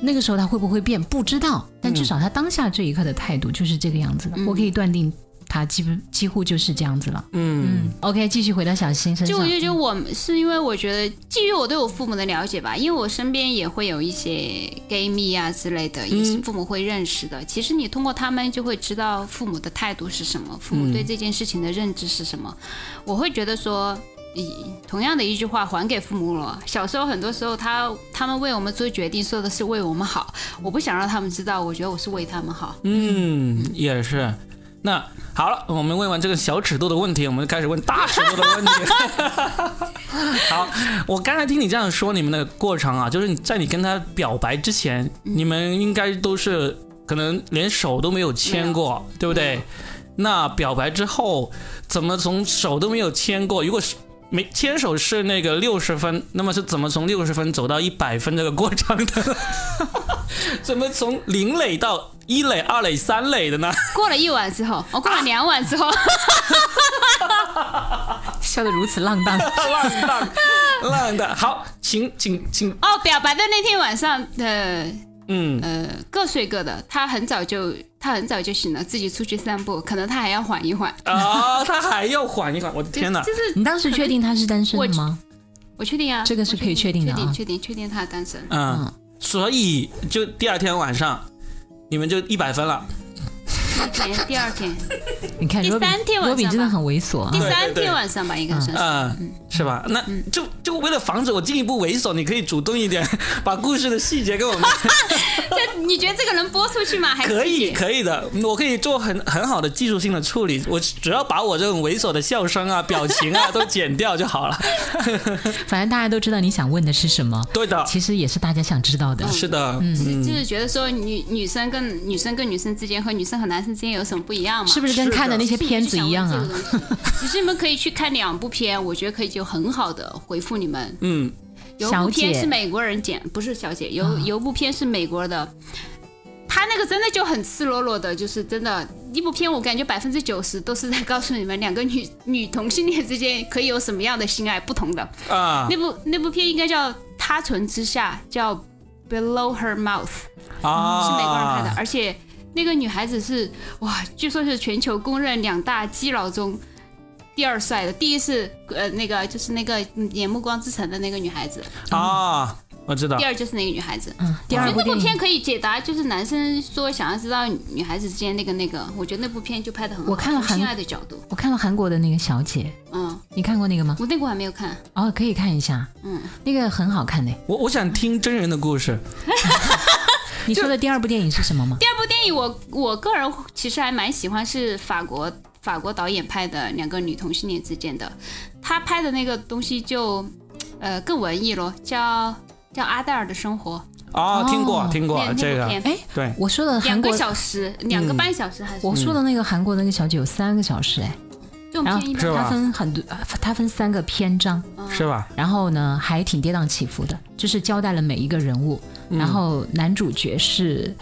Speaker 2: 那个时候他会不会变不知道，但至少他当下这一刻的态度就是这个样子的，我可以断定他基本几乎就是这样子了。
Speaker 1: 嗯，
Speaker 2: 嗯，OK，继续回到小新身
Speaker 3: 就我
Speaker 2: 上。
Speaker 3: 就觉得我们是因为我觉得基于我对我父母的了解吧，因为我身边也会有一些 gay 蜜啊之类的，也是父母会认识的。其实你通过他们就会知道父母的态度是什么，父母对这件事情的认知是什么。我会觉得说。以同样的一句话还给父母了。小时候很多时候他他们为我们做决定，说的是为我们好。我不想让他们知道，我觉得我是为他们好。
Speaker 1: 嗯，也是。那好了，我们问完这个小尺度的问题，我们开始问大尺度的问题。 好，我刚才听你这样说你们的过程啊，就是你在你跟他表白之前，你们应该都是可能连手都没有嗯牵过，对不对？那表白之后，怎么从手都没有牵过？如果是没牵手是那个六十分，那么是怎么从六十分走到一百分这个过程的？ 怎么从零垒到一垒、二垒、三垒的呢？
Speaker 3: 哦过了一晚之后，我、过了两晚之后，
Speaker 2: 笑得如此浪荡。
Speaker 1: 浪荡浪荡。好，请请请，
Speaker 3: 哦，表白的那天晚上，呃
Speaker 1: 嗯，
Speaker 3: 呃，各睡各的。他很早就他很早就醒了，自己出去散步，可能他还要缓一缓。
Speaker 1: 啊，他还要缓一缓，我的
Speaker 3: 就
Speaker 1: 天哪！
Speaker 3: 就是
Speaker 2: 你当时确定他是单身的吗？
Speaker 3: 我确定啊，
Speaker 2: 这个是
Speaker 3: 我
Speaker 2: 可以确定的啊
Speaker 3: 确定确定确定他单身。
Speaker 1: 嗯，所以就第二天晚上，你们就一百分了。
Speaker 3: 第二天，
Speaker 2: 你看，
Speaker 3: 第
Speaker 2: 罗
Speaker 3: 三
Speaker 2: 比
Speaker 3: 天晚上
Speaker 2: 罗比真的很猥琐啊
Speaker 3: 第。
Speaker 1: 对
Speaker 3: 三
Speaker 1: 对
Speaker 3: 天晚上吧，应该是。
Speaker 1: 嗯，是吧？那就就为了防止我进一步猥琐，你可以主动一点，把故事的细节给 我们。
Speaker 3: 这你觉得这个能播出去吗？还是
Speaker 1: 可以，
Speaker 3: 自己
Speaker 1: 可以的，我可以做很很好的技术性的处理。我只要把我这种猥琐的笑声啊、表情啊都剪掉就好了。
Speaker 2: 反正大家都知道你想问的是什么，
Speaker 1: 对 的，
Speaker 2: 其实也是大家想知道
Speaker 3: 嗯
Speaker 2: 的。
Speaker 1: 是的，
Speaker 3: 是就是觉得说女女生跟女生跟女生之间和女生和男生之间有什么不一样嘛？
Speaker 2: 是不是跟看的那些片子一样啊？
Speaker 3: 是不是就想问 这个东西？其实你们可以去看两部片，我觉得可以就很好的回复你们。
Speaker 1: 嗯，
Speaker 3: 有一部
Speaker 2: 小
Speaker 3: 片
Speaker 2: 姐啊
Speaker 3: 是美国人剪，不是小姐，有、有一部片是美国的，他那个真的就很赤裸裸的，就是真的，一部片我感觉百分之九十都是在告诉你们两个女女同性恋之间可以有什么样的性爱不同的。
Speaker 1: 啊
Speaker 3: 那部那部片应该叫《他唇之下》，叫 Below Her Mouth。
Speaker 1: 啊，
Speaker 3: 是美国人拍的，而且那个女孩子是哇，据说是全球公认两大基佬中第二帅的，第一是呃那个就是那个嗯演《暮光之城》的那个女孩子，
Speaker 1: 啊，我知道
Speaker 3: 第。二就是那个女孩子。
Speaker 2: 嗯，第
Speaker 3: 我
Speaker 2: 二
Speaker 3: 觉
Speaker 2: 部
Speaker 3: 得那
Speaker 2: 电
Speaker 3: 部
Speaker 2: 影
Speaker 3: 片可以解答，就是男生说想要知道女孩子之间那个那个，我觉得那部片就拍的很好，
Speaker 2: 我看了
Speaker 3: 从
Speaker 2: 韩
Speaker 3: 性爱的角度，
Speaker 2: 我看了韩国的那个小姐，
Speaker 3: 嗯，
Speaker 2: 你看过那个吗？
Speaker 3: 我那部还没有看，
Speaker 2: 哦，可以看一下，
Speaker 3: 嗯，
Speaker 2: 那个很好看的。
Speaker 1: 我我想听真人的故事。
Speaker 2: 你说的第二部电影是什么吗？
Speaker 3: 第二部电影我我个人其实还蛮喜欢，是法国法国导演拍的两个女同性恋之间的，他拍的那个东西就呃更文艺咯，叫叫阿黛尔的生活，
Speaker 1: 哦，听过
Speaker 2: 哦
Speaker 1: 听过
Speaker 3: 那
Speaker 1: 这
Speaker 3: 那部
Speaker 1: 个，
Speaker 3: 片
Speaker 2: 哎，
Speaker 1: 对，
Speaker 2: 我说的韩
Speaker 3: 两
Speaker 2: 国嗯
Speaker 3: 个，小时，两个半小时还
Speaker 1: 嗯
Speaker 3: 是
Speaker 2: 我说的那个韩国那个小姐有三个小时，哎，
Speaker 3: 这种
Speaker 2: 然后
Speaker 3: 片一
Speaker 1: 是
Speaker 3: 般嗯
Speaker 1: 吧
Speaker 2: 它分很多，它分三个篇章，
Speaker 1: 是吧？
Speaker 2: 然后呢还挺跌宕起伏的，就是交代了每一个人物，
Speaker 1: 嗯
Speaker 2: 然后男主角是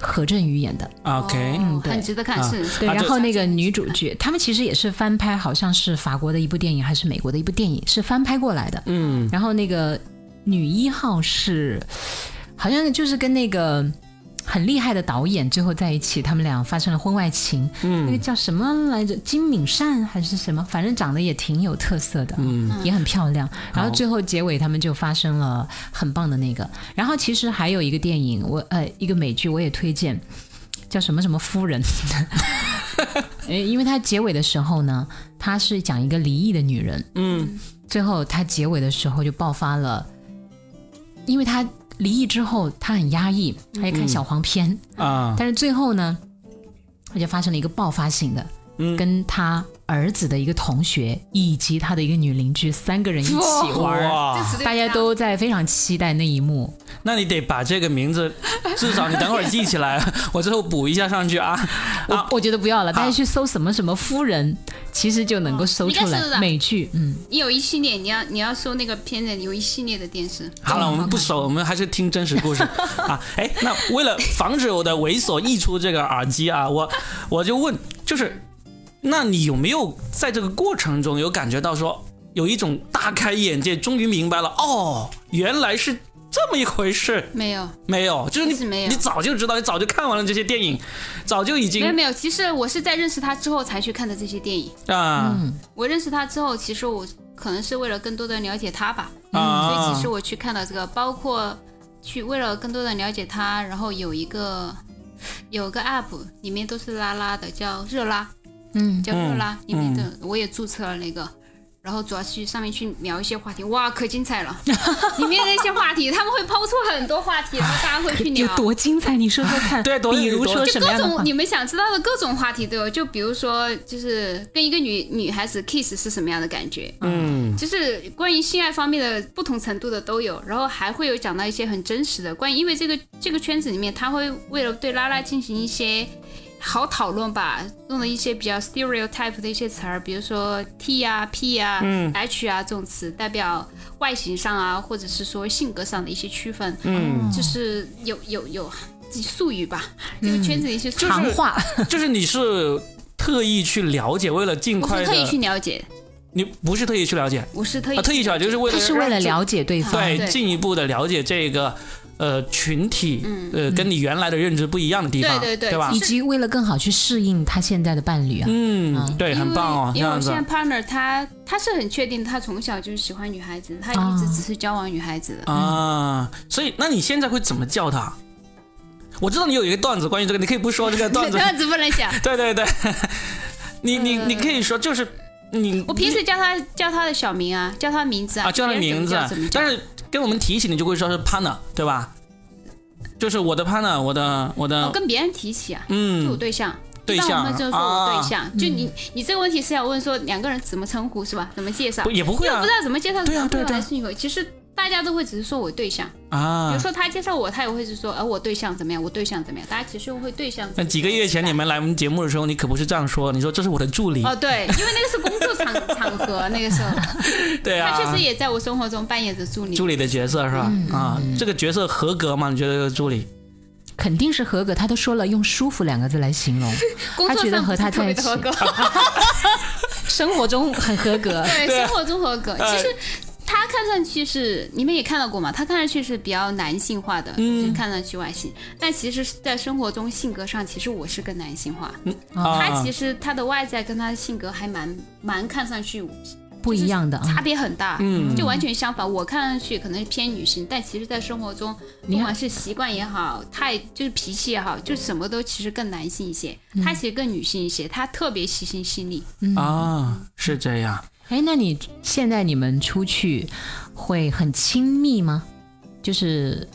Speaker 2: 何振宇演的，
Speaker 1: OK，
Speaker 3: 哦
Speaker 2: 嗯对
Speaker 3: 很值得看，
Speaker 1: 啊
Speaker 3: 是
Speaker 2: 对，
Speaker 1: 啊
Speaker 2: 然
Speaker 1: 就
Speaker 2: 后那个女主角，他们其实也是翻拍，好像是法国的一部电影，还是美国的一部电影，是翻拍过来的。
Speaker 1: 嗯，
Speaker 2: 然后那个女一号是，好像就是跟那个很厉害的导演最后在一起，他们俩发生了婚外情。嗯，那个叫什么来着？金敏善还是什么？反正长得也挺有特色的，嗯，也很漂亮。然后最后结尾他们就发生了很棒的那个。然后其实还有一个电影，我呃一个美剧我也推荐，叫什么什么夫人。呃因为它结尾的时候呢，它是讲一个离异的女人，
Speaker 3: 嗯
Speaker 2: 最后他结尾的时候就爆发了，因为他离异之后他很压抑，他也看小黄片，
Speaker 3: 嗯
Speaker 1: 啊，
Speaker 2: 但是最后呢，他就发生了一个爆发性的，
Speaker 3: 嗯
Speaker 2: 跟他儿子的一个同学以及他的一个女邻居三个人一起玩儿。
Speaker 1: 哇，
Speaker 2: 大家都在非常期待那一幕，
Speaker 1: 那你得把这个名字，至少你等会儿记起来， 我最后补一下上去啊。啊
Speaker 2: 我我觉得不要了，大家去搜什么什么夫人，其实就能够搜出
Speaker 3: 哦应该是
Speaker 2: 来
Speaker 3: 的
Speaker 2: 美剧。嗯，
Speaker 3: 你有一系列，你要你要说那个片子有一系列的电视，
Speaker 1: 好了，我们不熟，我们还是听真实故事啊。哎，那为了防止我的猥琐溢出这个耳机啊，我我就问，就是，那你有没有在这个过程中有感觉到说有一种大开眼界，终于明白了哦，原来是这么一回事？
Speaker 3: 没有。
Speaker 1: 没有，就是
Speaker 3: 其
Speaker 1: 你
Speaker 3: 实没有
Speaker 1: 你早就知道，你早就看完了这些电影，早就已经
Speaker 3: 没有没有，其实我是在认识他之后才去看的这些电影。
Speaker 1: 啊、
Speaker 3: 我认识他之后，其实我可能是为了更多的了解他吧，嗯
Speaker 1: 啊
Speaker 3: 所以其实我去看到这个，包括去为了更多的了解他，然后有一个有个 app 里面都是拉拉的，叫热拉，
Speaker 2: 嗯，
Speaker 3: 叫热拉，里面的我也注册了那个。然后主要去上面去聊一些话题，哇，可精 彩了！里面那些话题，他们会抛出很多话题，然后大家会去
Speaker 2: 有
Speaker 3: 聊。
Speaker 2: 多精彩？你说说看。
Speaker 1: 哎 对多
Speaker 2: 比如
Speaker 1: 多
Speaker 2: 说什么
Speaker 3: 各
Speaker 2: 样的话
Speaker 3: 种你们想知道的各种话题都有，就比如说，就是跟一个女女孩子 kiss 是什么样的感觉，嗯，就是关于性爱方面的不同程度的都有，然后还会有讲到一些很真实的关于，因为这个这个圈子里面，他会为了对拉拉进行一些好讨论吧，用了一些比较 stereotype 的一些词儿，比如说 T 啊、P 啊、H
Speaker 1: 嗯
Speaker 3: 啊这种词，代表外形上啊，或者是说性格上的一些区分，嗯，就是有有有术语吧，这个圈子的一些术语。
Speaker 2: 行话，
Speaker 3: 哦
Speaker 1: 就是你是特意去了解，为了尽
Speaker 3: 我
Speaker 1: 快
Speaker 3: 是特意去
Speaker 1: 的，
Speaker 3: 了解，
Speaker 1: 你不是特意去了解
Speaker 3: 我是特意
Speaker 1: 啊，特意去了解就是为
Speaker 2: 他
Speaker 1: 了
Speaker 2: 是为了
Speaker 1: 让
Speaker 2: 了解对方，
Speaker 1: 对
Speaker 3: 对
Speaker 1: 进一步的了解这个呃群体，呃跟你原来的认知不一样的地方，
Speaker 3: 嗯对对对
Speaker 1: 吧
Speaker 2: 以？及为了更好去适应他现在的伴侣啊。
Speaker 1: 啊嗯，对，
Speaker 3: 因为
Speaker 1: 很棒哦，这
Speaker 3: 因为
Speaker 1: 样
Speaker 3: 我
Speaker 1: 子
Speaker 3: 现在 partner 他他是很确定，他从小就是喜欢女孩子，他一直只是交往女孩子的。
Speaker 1: 啊。所以，那你现在会怎么叫他？我知道你有一个段子关于这个，你可以不说这个段子，
Speaker 3: 段子不能讲，
Speaker 1: 对对对，你你你可以说就是你
Speaker 3: 我平时叫他叫他的小名啊，叫他名字
Speaker 1: 啊
Speaker 3: 叫
Speaker 1: 叫他名字
Speaker 3: 怎么，叫？
Speaker 1: 但是跟我们提起你就会说是 partner 对吧？就是我的 partner，我的我
Speaker 3: 我
Speaker 1: 的
Speaker 3: 哦跟别人提起啊，是我
Speaker 1: 呃嗯
Speaker 3: 对象。
Speaker 1: 对
Speaker 3: 一般我
Speaker 1: 象啊嗯
Speaker 3: 们就说我对象，就你你这个问题是要问说两个人怎么称呼是吧？怎么介绍
Speaker 1: 不？也不会
Speaker 3: 因为我
Speaker 1: 啊
Speaker 3: 不知道怎么介绍
Speaker 1: 对啊
Speaker 3: 男朋友
Speaker 1: 对啊
Speaker 3: 还是女朋友，其实大家都会只是说我对象。比
Speaker 1: 啊
Speaker 3: 如。说他介绍我，他也会是说，呃，我对象怎么样，我对象怎么样，大家其实会对象。
Speaker 1: 那几个月前你们来我们节目的时候，你可不是这样说，你说这是我的助理，
Speaker 3: 哦，对，因为那个是工作场 场合，那个时候
Speaker 1: 对啊，
Speaker 3: 他确实嗯也在我生活中扮演着助理
Speaker 1: 助。理的角色是吧？啊，这个角色合格吗？你觉得这个助理？
Speaker 2: 肯定是合格，他都说了用“舒服”两个字来形容，
Speaker 3: 工
Speaker 2: 他
Speaker 3: 作
Speaker 2: 觉得
Speaker 3: 上
Speaker 2: 和他
Speaker 3: 不是特
Speaker 2: 在一
Speaker 3: 别
Speaker 2: 起啊
Speaker 3: 的合格，
Speaker 2: 生活中很合格
Speaker 3: 对，
Speaker 1: 对啊
Speaker 3: 生活中合格。
Speaker 1: 哎
Speaker 3: 其实他看上去是，你们也看到过嘛，他看上去是比较男性化的，
Speaker 2: 嗯
Speaker 3: 就是看上去外形，但其实，在生活中性格上，其实我是更男性化。
Speaker 1: 啊，
Speaker 3: 哦他其实他的外在跟他的性格还蛮蛮看上去
Speaker 2: 不一样的啊。
Speaker 3: 差别很大，嗯，就完全相反。我看上去可能偏女性，但其实，在生活中，不管是习惯也好，态就是脾气也好，就什么都其实更男性一些。
Speaker 2: 嗯
Speaker 3: 他其实更女性一些，他特别细心细腻。
Speaker 1: 啊是这样，
Speaker 2: 哎，那你现在你们出去会很亲密吗？就是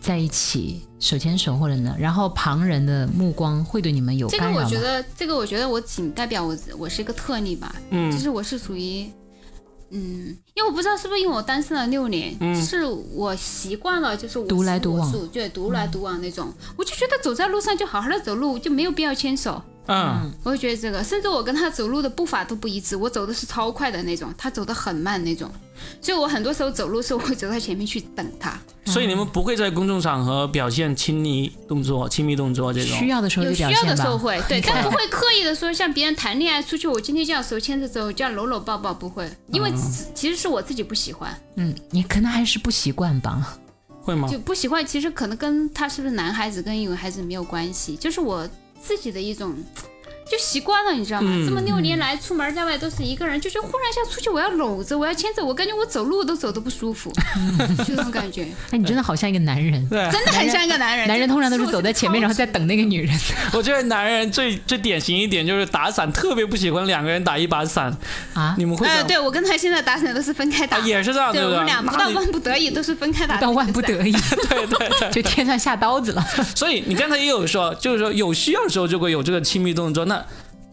Speaker 2: 在一起手牵手或者呢，然后旁人的目光会对你们有
Speaker 3: 这个
Speaker 2: 干扰
Speaker 3: 我
Speaker 2: 吗？
Speaker 3: 觉得，这个我觉得我仅代表我，我是一个特例吧。嗯，就是我是属于，嗯，因为我不知道是不是因为我单身了六年，就是我习惯了，就是我
Speaker 2: 嗯独来独往嗯
Speaker 3: 行我素，对，独来独往那种。我就觉得走在路上就好好的走路，就没有必要牵手。
Speaker 1: 嗯
Speaker 3: 我会觉得这个，甚至我跟他走路的步伐都不一致，我走的是超快的那种，他走的很慢那种，所以我很多时候走路的时候我会走到前面去等他，
Speaker 1: 所以你们不会在公众场合表现亲密动作、亲密动作这种
Speaker 2: 需要的时候
Speaker 3: 有
Speaker 2: 就
Speaker 3: 需
Speaker 2: 表
Speaker 3: 要的
Speaker 2: 现
Speaker 3: 时候
Speaker 2: 吧。
Speaker 3: 会，对，但不会刻意的说像别人谈恋爱出去，我今天这样手牵着走，这样搂搂抱抱，不会，因为其其实是我自己不喜欢，
Speaker 2: 嗯，你可能还是不习惯吧。
Speaker 1: 会
Speaker 2: 哦
Speaker 1: 吗？
Speaker 3: 就不喜欢，其实可能跟他是不是男孩子跟女孩子没有关系，就是我自己的一种。就习惯了，你知道吗？
Speaker 2: 嗯
Speaker 3: 这么六年来，出门在外都是一个人，就觉得忽然一下出去，我要搂着，我要牵着，我感觉我走路都走的不舒服，
Speaker 2: 嗯
Speaker 3: 就这种感觉，
Speaker 2: 哎，你真的好像一个男人。
Speaker 1: 对，
Speaker 3: 真的很像一个男人。
Speaker 2: 男人通常都是
Speaker 3: 这
Speaker 2: 走在前面，然后再等那个女人。
Speaker 1: 我觉得男人最最典型一点就是打伞，特别不喜欢两个人打一把伞。
Speaker 2: 啊
Speaker 1: 你们会这
Speaker 3: 呃，
Speaker 1: 样？
Speaker 3: 对我跟他现在打伞都是分开打，
Speaker 1: 啊
Speaker 2: 哎
Speaker 1: 也是这样，
Speaker 3: 对
Speaker 1: 不
Speaker 3: 我
Speaker 1: 对？
Speaker 3: 们俩不到
Speaker 1: 那你
Speaker 3: 万不得已都是分开打的。
Speaker 2: 到万不得已，
Speaker 1: 对对对。
Speaker 2: 就天上下刀子了。
Speaker 1: 所以你刚才也有说，就是说有需要的时候就会有这个亲密动作。那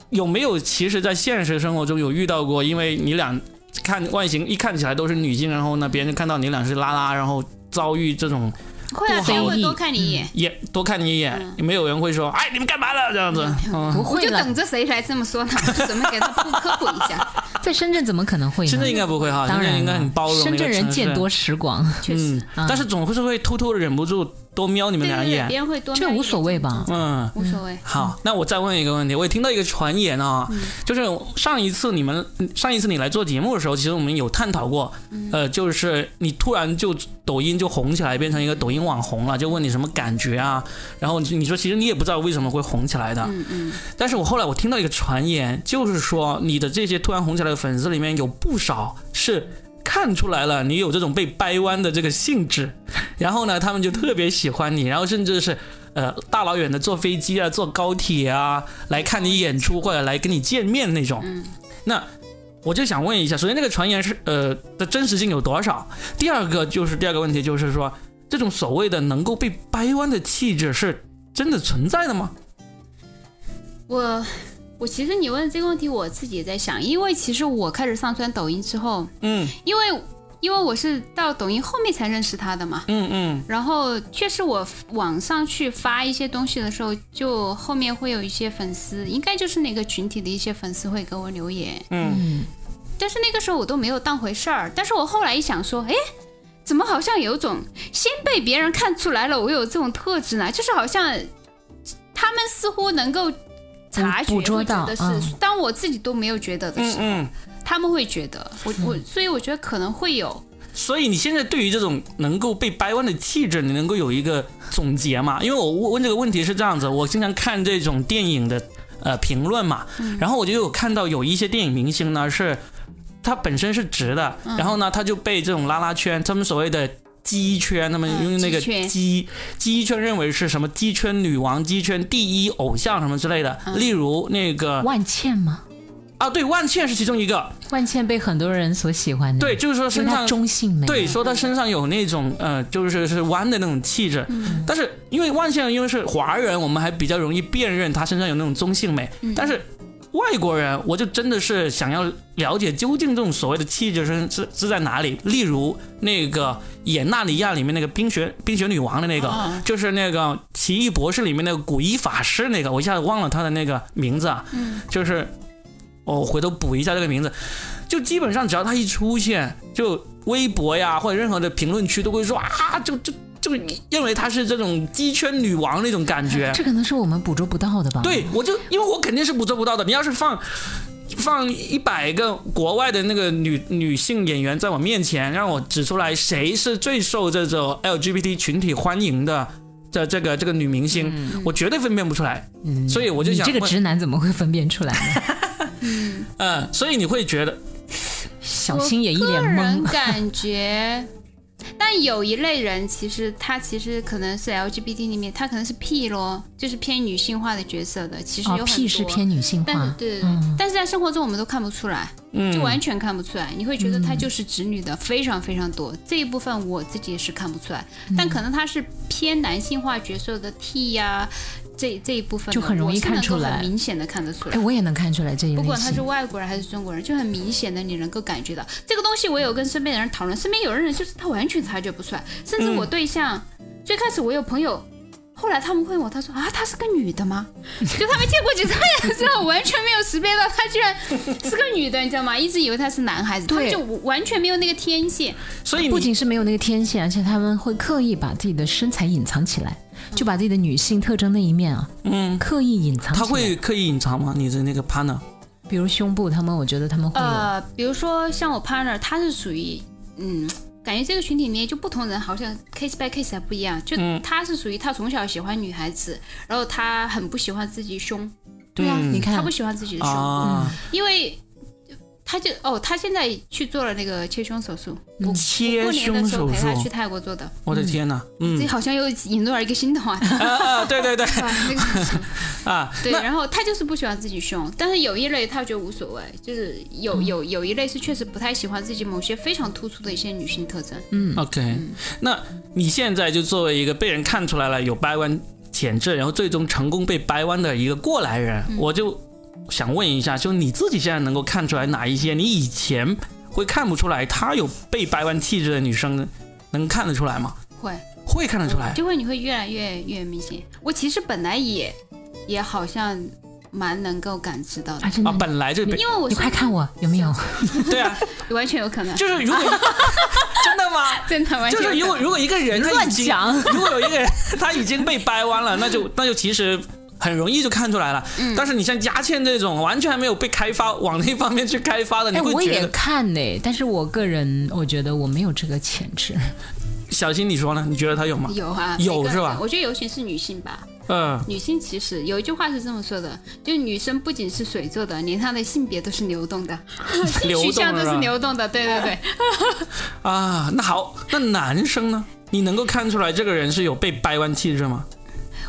Speaker 1: 有没有其实，在现实生活中有遇到过，因为你俩看外形一看起来都是女性，然后呢别人就看到你俩是拉拉，然后遭遇这种
Speaker 3: 会啊，
Speaker 2: 不好嗯
Speaker 3: 谁会多看你一眼？
Speaker 1: 也多看你一眼，
Speaker 3: 嗯
Speaker 1: 也没有人会说哎你们干嘛了这样子。嗯，
Speaker 2: 不
Speaker 3: 我
Speaker 2: 会
Speaker 3: 就
Speaker 2: 了
Speaker 3: 等，着谁来这 么说呢，我就准备给他科科普一下。
Speaker 2: 在深圳怎么可能会呢？
Speaker 1: 深圳应该不会哈，
Speaker 2: 当
Speaker 1: 深圳
Speaker 2: 然了
Speaker 1: 应该很包容。
Speaker 2: 深圳人见多，识广，
Speaker 3: 确实，
Speaker 1: 嗯，
Speaker 2: 啊
Speaker 1: 但是总会是会偷偷的忍不住多瞄你们
Speaker 3: 对
Speaker 1: 俩
Speaker 3: 对
Speaker 1: 一
Speaker 3: 对，
Speaker 1: 眼。
Speaker 3: 别人会多瞄
Speaker 2: 这
Speaker 3: 一眼，
Speaker 2: 无所谓吧？
Speaker 1: 嗯，
Speaker 3: 无所谓。
Speaker 1: 好，那我再问一个问题，我也听到一个传言啊，
Speaker 2: 嗯
Speaker 1: 就是上一次你们上一次你来做节目的时候，其实我们有探讨过，
Speaker 2: 嗯
Speaker 1: 呃，就是你突然就抖音就红起来，变成一个抖音网红了，就问你什么感觉啊？然后你你说其实你也不知道为什么会红起来的，
Speaker 3: 嗯嗯，
Speaker 1: 但是我后来我听到一个传言，就是说你的这些突然红起来的粉丝里面有不少是看出来了你有这种被掰弯的这个性质， 然后呢，他们就特别喜欢你，然后甚至是呃大老远的坐飞机啊、坐高铁啊来看你演出或者来跟你见面那种。那我就想问一下，首先这个传言是呃的真实性有多少？第二个就是第二个问题就是说，这种所谓的能够被掰弯的气质是真的存在的吗？
Speaker 3: 我我其实你问这个问题，我自己也在想，因为其实我开始上传抖音之后，
Speaker 1: 嗯
Speaker 3: 因为因为我是到抖音后面才认识他的嘛，
Speaker 1: 嗯嗯。
Speaker 3: 然后确实我网上去发一些东西的时候，就后面会有一些粉丝，应该就是那个群体的一些粉丝会给我留言，
Speaker 2: 嗯，
Speaker 3: 但是那个时候我都没有当回事儿。但是我后来一想说，哎，怎么好像有种先被别人看出来了我有这种特质呢？就是好像他们似乎能够察觉，
Speaker 2: 捕捕捉到
Speaker 3: 会觉得是、
Speaker 2: 嗯
Speaker 3: 当我自己都没有觉得的时候，
Speaker 1: 嗯
Speaker 3: 他们会觉得我我，所以我觉得可能会有，
Speaker 1: 所以你现在对于这种能够被掰弯的气质，你能够有一个总结吗？因为我问问这个问题是这样子，我经常看这种电影的呃评论嘛，然后我就有看到有一些电影明星呢是，他本身是直的，然后呢他就被这种拉拉圈，他们所谓的。鸡圈，他们
Speaker 3: 嗯
Speaker 1: 用那个
Speaker 3: 鸡圈
Speaker 1: 鸡鸡圈认为是什么鸡圈女王、鸡圈第一偶像什么之类的。例如那个
Speaker 2: 嗯万茜吗？
Speaker 1: 啊，对，万茜是其中一个，
Speaker 2: 万茜被很多人所喜欢的，
Speaker 1: 对，，就是说
Speaker 2: 因
Speaker 1: 身
Speaker 2: 为
Speaker 1: 上
Speaker 2: 她中性美，
Speaker 1: 对，，说他身上有那种呃，就是是弯的那种气质，但是因为万象因为是华人，我们还比较容易辨认他身上有那种中性美，但是外国人，我就真的是想要了解究竟这种所谓的气质是是是在哪里。例如那个《演纳尼亚》里面那个冰雪冰雪女王的那个，
Speaker 3: 哦
Speaker 1: 就是那个《奇异博士》里面那个古一法师那个，我一下子忘了他的那个名字啊，
Speaker 3: 嗯
Speaker 1: 就是我回头补一下这个名字。就基本上只要他一出现，就微博呀或者任何的评论区都会说啊，就就就认为她是这种鸡圈女王那种感觉。
Speaker 2: 这可能是我们捕捉不到的吧？
Speaker 1: 对，我就因为我肯定是捕捉不到的。你要是放放一百个国外的那个女女性演员在我面前，让我指出来谁是最受这种 LGBT 群体欢迎的这这个这个女明星，我绝对分辨不出来。
Speaker 2: 嗯，
Speaker 1: 所以我就想
Speaker 2: 你这个
Speaker 1: 问
Speaker 2: 直男怎么会分辨出 来呢？
Speaker 1: 嗯、所以你会觉得
Speaker 2: 小新也一
Speaker 3: 个
Speaker 2: 脸
Speaker 3: 人
Speaker 2: 懵，哦
Speaker 3: 感觉。但有一类人，其实他其实可能是 LGBT 里面，他可能是 P 咯，就是偏女性化的角色的。其实有
Speaker 2: 哦
Speaker 3: 很多，
Speaker 2: ，P 是偏女性
Speaker 3: 但是
Speaker 2: 化，
Speaker 3: 对对对、但是在生活中我们都看不出来，就完全看不出来。你会觉得她就是直女的非常非常多，这一部分我自己也是看不出来，
Speaker 2: 嗯
Speaker 3: 但可能她是偏男性化角色的 T 呀、这这一部分的
Speaker 2: 就很容易
Speaker 3: 我是
Speaker 2: 看
Speaker 3: 能够
Speaker 2: 出来
Speaker 3: 很明显的看得出来
Speaker 2: 哎，。我也能看出来这一类
Speaker 3: 不
Speaker 2: 型。
Speaker 3: 管他是外国人还是中国人，就很明显的你能够感觉到这个东西。我有跟身边的人讨论，身边有的人就是他完全察觉不出来，甚至我
Speaker 2: 嗯
Speaker 3: 对象、最开始我有朋友，后来他们问我，他说啊，她是个女的吗？ 就他们见过几次面之后，完全没有识别到她居然是个女的，你知道吗？一直以为她是男孩子，他们
Speaker 2: 对
Speaker 3: 就完全没有那个天线。
Speaker 1: 所以
Speaker 2: 不
Speaker 1: 你
Speaker 2: 仅是没有那个天线，而且他们会刻意把自己的身材隐藏起来，就把自己的女性特征那一面啊，嗯，刻意隐藏起
Speaker 1: 他
Speaker 2: 来。
Speaker 1: 会，刻意隐藏吗？你的那个 partner？
Speaker 2: 比如胸部，他们我觉得他们会有，
Speaker 3: 呃，比如说像我 partner，他是属于嗯，感觉这个群体里面就不同人好像 case by case 还不一样，就
Speaker 1: 嗯
Speaker 3: 他是属于他从小喜欢女孩子，然后他很不喜欢自己胸，
Speaker 2: 对啊，
Speaker 1: 嗯
Speaker 2: 你
Speaker 3: 他
Speaker 2: 看
Speaker 3: 不，喜欢自己的胸，
Speaker 1: 啊，
Speaker 3: 因为。他就哦，他现在去做了那个切胸手术，
Speaker 2: 嗯
Speaker 3: 我我
Speaker 1: 切
Speaker 3: 过年的
Speaker 1: 胸
Speaker 3: 时候
Speaker 1: 手
Speaker 3: 陪
Speaker 1: 术，
Speaker 3: 他去泰国做的，
Speaker 1: 我的天呐，嗯
Speaker 3: 这，好像又引入了一个新 的话题，
Speaker 1: 啊啊，对对对
Speaker 3: 是吧？那个
Speaker 1: 啊，
Speaker 3: 对，
Speaker 1: 那
Speaker 3: 然后他就是不喜欢自己胸，但是有一类他觉得无所谓，就是有有有一类是确实不太喜欢自己某些非常突出的一些女性特征。
Speaker 1: OK，那
Speaker 3: 嗯
Speaker 1: 你现在就作为一个被人看出来了有掰弯潜质，然后最终成功被掰弯的一个过来人，
Speaker 3: 嗯
Speaker 1: 我就想问一下，就你自己现在能够看出来哪一些你以前会看不出来她有被掰弯气质的女生呢，能看得出来吗？
Speaker 3: 会，
Speaker 1: 会看得出来，
Speaker 3: 就会你会越来越越明显。我其实本来也也好像蛮能够感知到的
Speaker 2: 啊，，真的，
Speaker 1: 啊，本来就被
Speaker 3: 因为我
Speaker 2: 你
Speaker 3: 是
Speaker 2: 快看我有没有？
Speaker 1: 对啊，
Speaker 3: 完全有可能，
Speaker 1: 就是如果 真的吗？
Speaker 3: 真的完全
Speaker 1: 就
Speaker 3: 有可
Speaker 1: 是
Speaker 3: 能
Speaker 1: 如果如果一个人他已经
Speaker 2: 乱
Speaker 1: 如果有一个人他已经被掰弯了，那就那就其实。很容易就看出来了，但是你像佳倩这种完全还没有被开发往那方面去开发的，你
Speaker 2: 哎，
Speaker 1: 会
Speaker 2: 我
Speaker 1: 觉
Speaker 2: 也
Speaker 1: 得
Speaker 2: 看呢、但是我个人我觉得我没有这个潜质，
Speaker 1: 小新你说呢？你觉得他有吗？
Speaker 3: 有啊，
Speaker 1: 有
Speaker 3: 每个人
Speaker 1: 是吧
Speaker 3: 我觉得尤其是女性吧，
Speaker 1: 嗯，
Speaker 3: 女性其实有一句话是这么说的，就女生不仅是水做的，连她的性别都是流 动的，性
Speaker 1: 流
Speaker 3: 取
Speaker 1: 动
Speaker 3: 向
Speaker 1: 了是
Speaker 3: 都是
Speaker 1: 吧
Speaker 3: 流动的，对对对。
Speaker 1: 啊，那好，那男生呢？你能够看出来这个人是有被掰弯气质吗？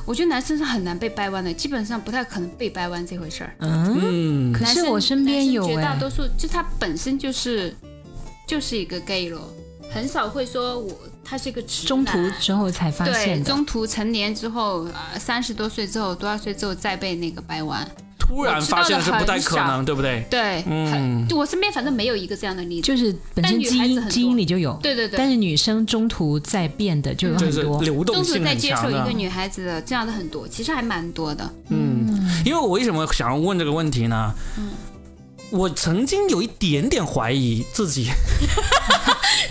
Speaker 3: 我觉得男生是很难被掰弯的，基本上不太可能被掰弯这回事儿。
Speaker 1: 嗯，
Speaker 2: 可
Speaker 3: 男
Speaker 2: 是
Speaker 3: 生
Speaker 2: 我身边有
Speaker 3: 男生绝
Speaker 2: 哎、
Speaker 3: 大多数就他本身就是就是一个 gay 咯，很少会说我他是一个直男
Speaker 2: 中途之后才发
Speaker 3: 对
Speaker 2: 现的，
Speaker 3: 中途成年之后，啊三十多岁之后，多少岁之后再被那个掰弯？
Speaker 1: 突然
Speaker 3: 我知道
Speaker 1: 发现
Speaker 3: 的
Speaker 1: 是不太
Speaker 3: 很
Speaker 1: 可
Speaker 3: 少
Speaker 1: 能，对不对？
Speaker 3: 对，
Speaker 1: 嗯
Speaker 3: 很就我身边反正没有一个这样的例子。
Speaker 2: 就是本身
Speaker 3: 但女
Speaker 2: 基
Speaker 3: 孩子
Speaker 2: 因
Speaker 3: 很多
Speaker 2: 基因里就有，
Speaker 3: 对对对，
Speaker 2: 但是女生中途再变的就有
Speaker 1: 就
Speaker 2: 很
Speaker 1: 是
Speaker 2: 多。
Speaker 1: 流动
Speaker 3: 中途
Speaker 1: 性
Speaker 3: 再
Speaker 1: 很
Speaker 3: 接受
Speaker 1: 强啊
Speaker 3: 一
Speaker 1: 的
Speaker 3: 个。女孩子的这样的很多，其实还蛮多的。
Speaker 1: 嗯，因为我为什么想要问这个问题呢？我曾经有一点点怀疑自己